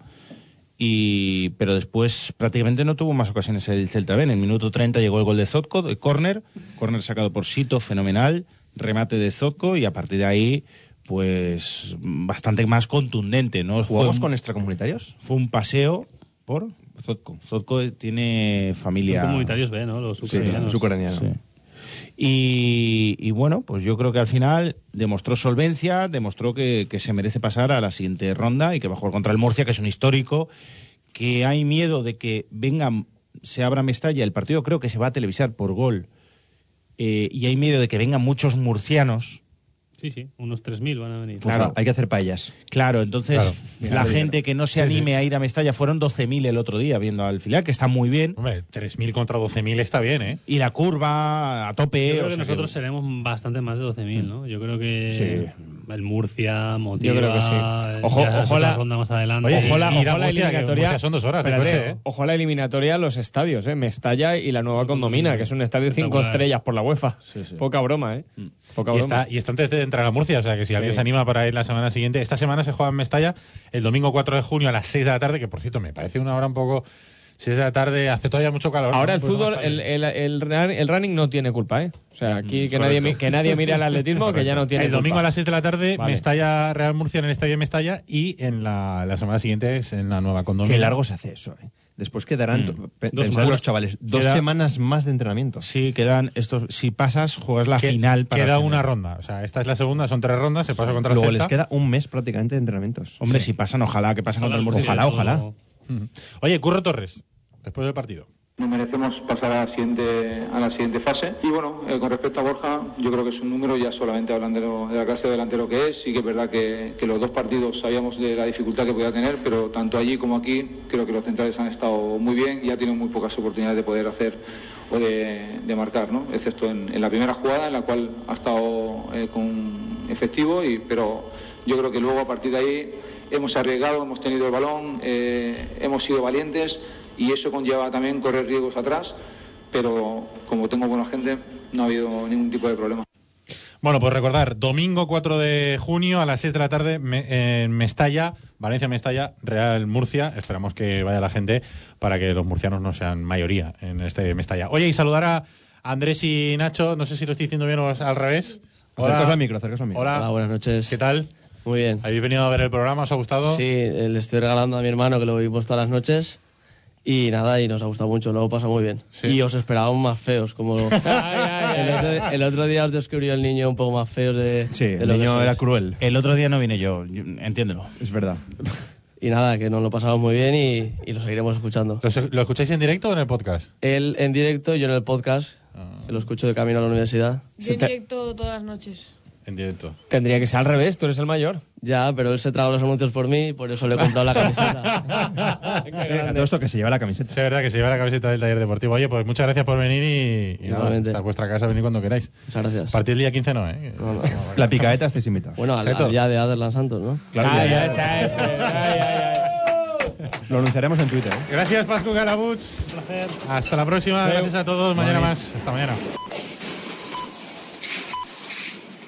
[SPEAKER 3] Y, pero después prácticamente no tuvo más ocasiones el Celta B. En el minuto 30 llegó el gol de Zotko, de córner. Córner sacado por Sito, fenomenal. Remate de Zotko y a partir de ahí, pues bastante más contundente. ¿no? Fue
[SPEAKER 5] ¿Jugamos
[SPEAKER 3] un-
[SPEAKER 5] con extracomunitarios?
[SPEAKER 3] fue un paseo por
[SPEAKER 5] Zotko.
[SPEAKER 3] Zotko tiene familia
[SPEAKER 7] Son comunitarios B, ¿no? Los ucranianos.
[SPEAKER 5] Es ucraniano.
[SPEAKER 3] Sí. Y, y bueno, pues yo creo que al final demostró solvencia, demostró que, que se merece pasar a la siguiente ronda y que va a jugar contra el Murcia, que es un histórico, que hay miedo de que venga, se abra Mestalla, el partido creo que se va a televisar por gol, eh, y hay miedo de que vengan muchos murcianos.
[SPEAKER 7] Sí, sí, unos 3.000 van a venir.
[SPEAKER 5] Pues
[SPEAKER 3] Claro.
[SPEAKER 5] nada, hay que hacer paellas.
[SPEAKER 3] Claro, entonces
[SPEAKER 2] Claro.
[SPEAKER 3] la gente que no se anime a ir a Mestalla, fueron 12.000 el otro día viendo al filial, que está muy bien,
[SPEAKER 2] Hombre, 3.000 contra 12.000 está bien, ¿eh?
[SPEAKER 3] y la curva a tope.
[SPEAKER 7] Yo creo
[SPEAKER 3] o
[SPEAKER 7] que
[SPEAKER 3] sea que-
[SPEAKER 7] nosotros seremos bastante más de 12.000, ¿no? Yo creo que el Murcia, Motiva...
[SPEAKER 4] Yo creo que sí. Ojo-
[SPEAKER 7] ya es
[SPEAKER 4] ojo
[SPEAKER 7] otra
[SPEAKER 4] la-
[SPEAKER 7] ronda más adelante.
[SPEAKER 2] Oye,
[SPEAKER 4] Ojo la,
[SPEAKER 2] y- y ir a
[SPEAKER 4] ojo la
[SPEAKER 2] Murcia, que
[SPEAKER 4] eliminatoria.
[SPEAKER 2] Murcia son dos horas de
[SPEAKER 4] Espérate,
[SPEAKER 2] coche, ¿eh?
[SPEAKER 4] Ojo la eliminatoria a los estadios, ¿eh? Mestalla y la nueva Condomina, que es un estadio cinco
[SPEAKER 7] Espectacular.
[SPEAKER 4] estrellas por la UEFA.
[SPEAKER 3] Sí, sí.
[SPEAKER 4] Poca broma, ¿eh? Poca
[SPEAKER 2] Y
[SPEAKER 4] broma.
[SPEAKER 2] está, y está antes de entrar a Murcia, o sea que si alguien
[SPEAKER 4] Sí.
[SPEAKER 2] se anima para ir la semana siguiente. Esta semana se juega en Mestalla el domingo 4 de junio a las 6 de la tarde, que por cierto me parece una hora un poco. 6 de la tarde, hace todavía mucho calor.
[SPEAKER 4] Ahora
[SPEAKER 2] ¿no?
[SPEAKER 4] el
[SPEAKER 2] Pues no
[SPEAKER 4] fútbol,
[SPEAKER 2] está
[SPEAKER 4] el,
[SPEAKER 2] bien.
[SPEAKER 4] el, el run- el running no tiene culpa, ¿eh? O sea, aquí que, nadie, mi- que nadie mire al atletismo, que ya no tiene
[SPEAKER 2] El domingo
[SPEAKER 4] culpa.
[SPEAKER 2] a las 6 de la tarde,
[SPEAKER 4] Vale.
[SPEAKER 2] Mestalla, Real Murcia en el estadio de Mestalla y en la, la semana siguiente es en la nueva condomina.
[SPEAKER 5] Qué largo se hace eso, ¿eh? Después quedarán, pe-
[SPEAKER 7] Dos
[SPEAKER 5] pensad
[SPEAKER 7] más.
[SPEAKER 5] los chavales, dos
[SPEAKER 3] Mm. Queda-
[SPEAKER 5] semanas más de entrenamiento.
[SPEAKER 3] Sí, quedan estos. Si pasas, juegas la
[SPEAKER 2] Que-
[SPEAKER 3] final. Para
[SPEAKER 2] queda
[SPEAKER 3] el
[SPEAKER 2] una
[SPEAKER 3] final.
[SPEAKER 2] ronda. O sea, esta es la segunda, son tres rondas, se pasó contra el
[SPEAKER 5] Luego
[SPEAKER 2] Celta.
[SPEAKER 5] les queda un mes prácticamente de entrenamientos.
[SPEAKER 3] Hombre,
[SPEAKER 5] Sí.
[SPEAKER 3] si pasan, ojalá que pasen contra el Murcia.
[SPEAKER 5] ¿eh? Ojalá, ojalá.
[SPEAKER 2] Oye, Curro Torres, después del partido.
[SPEAKER 17] Nos merecemos pasar a la siguiente, a la siguiente fase. Y bueno, eh, con respecto a Borja, yo creo que es un número, ya solamente hablando de, lo- de la clase de delantero que es, sí que es verdad que, que los dos partidos sabíamos de la dificultad que podía tener, pero tanto allí como aquí creo que los centrales han estado muy bien y ha tenido muy pocas oportunidades de poder hacer o de, de marcar, ¿no? Excepto en, en la primera jugada, en la cual ha estado eh, con efectivo, y, pero yo creo que luego a partir de ahí hemos arriesgado, hemos tenido el balón, eh, hemos sido valientes y eso conlleva también correr riesgos atrás, pero como tengo buena gente, no ha habido ningún tipo de problema.
[SPEAKER 2] Bueno, pues recordar, domingo 4 de junio a las 6 de la tarde me- eh, en Mestalla, Valencia-Mestalla, Real Murcia. Esperamos que vaya la gente para que los murcianos no sean mayoría en este Mestalla. Oye, y saludar a Andrés y Nacho, no sé si lo estoy diciendo bien o es al revés.
[SPEAKER 5] Acercaos al micro, acercaos al micro.
[SPEAKER 2] Hola,
[SPEAKER 18] Hola, Ah, buenas noches.
[SPEAKER 2] ¿qué tal?
[SPEAKER 18] Muy bien.
[SPEAKER 2] ¿Habéis venido a ver el programa? ¿Os ha gustado?
[SPEAKER 18] Sí, eh, le estoy regalando a mi hermano que lo vimos todas las noches. Y nada, y nos ha gustado mucho, lo pasa muy bien. Y os esperábamos más feos, como el, otro, el otro día os descubrió el niño un poco más feo de, de lo que sois.
[SPEAKER 3] cruel. El otro día no vine yo, yo- entiéndelo. Es verdad.
[SPEAKER 18] Y nada, que nos lo pasamos muy bien y, y lo seguiremos escuchando.
[SPEAKER 2] ¿Lo, escucháis en directo o en el podcast?
[SPEAKER 18] Él en directo, yo en el podcast,
[SPEAKER 2] Ah.
[SPEAKER 18] que lo escucho de camino a la universidad.
[SPEAKER 19] Yo en directo todas las noches.
[SPEAKER 2] En directo.
[SPEAKER 18] Tendría que ser al revés, tú eres el mayor. Ya, pero él se traga los anuncios por mí y por eso le he comprado la camiseta.
[SPEAKER 5] A todo esto que se lleva la camiseta.
[SPEAKER 2] Sí, es verdad que se lleva la camiseta del taller deportivo. Oye, pues muchas gracias por venir y, y nada,
[SPEAKER 18] Igualmente.
[SPEAKER 2] hasta vuestra casa venid cuando queráis.
[SPEAKER 18] Muchas gracias.
[SPEAKER 2] A partir del día 15 no, ¿eh?
[SPEAKER 5] La picaeta estáis invitados.
[SPEAKER 18] Bueno, al,
[SPEAKER 2] Exacto.
[SPEAKER 18] al día de Aderlan Santos, ¿no?
[SPEAKER 5] Claro, Ah, ya, ya, ya. Lo anunciaremos en Twitter. ¿eh?
[SPEAKER 2] Gracias, Pascu Galabuts. Hasta la próxima.
[SPEAKER 5] Adeu.
[SPEAKER 2] Gracias a todos. Mañana
[SPEAKER 5] Vale.
[SPEAKER 2] más. Hasta mañana.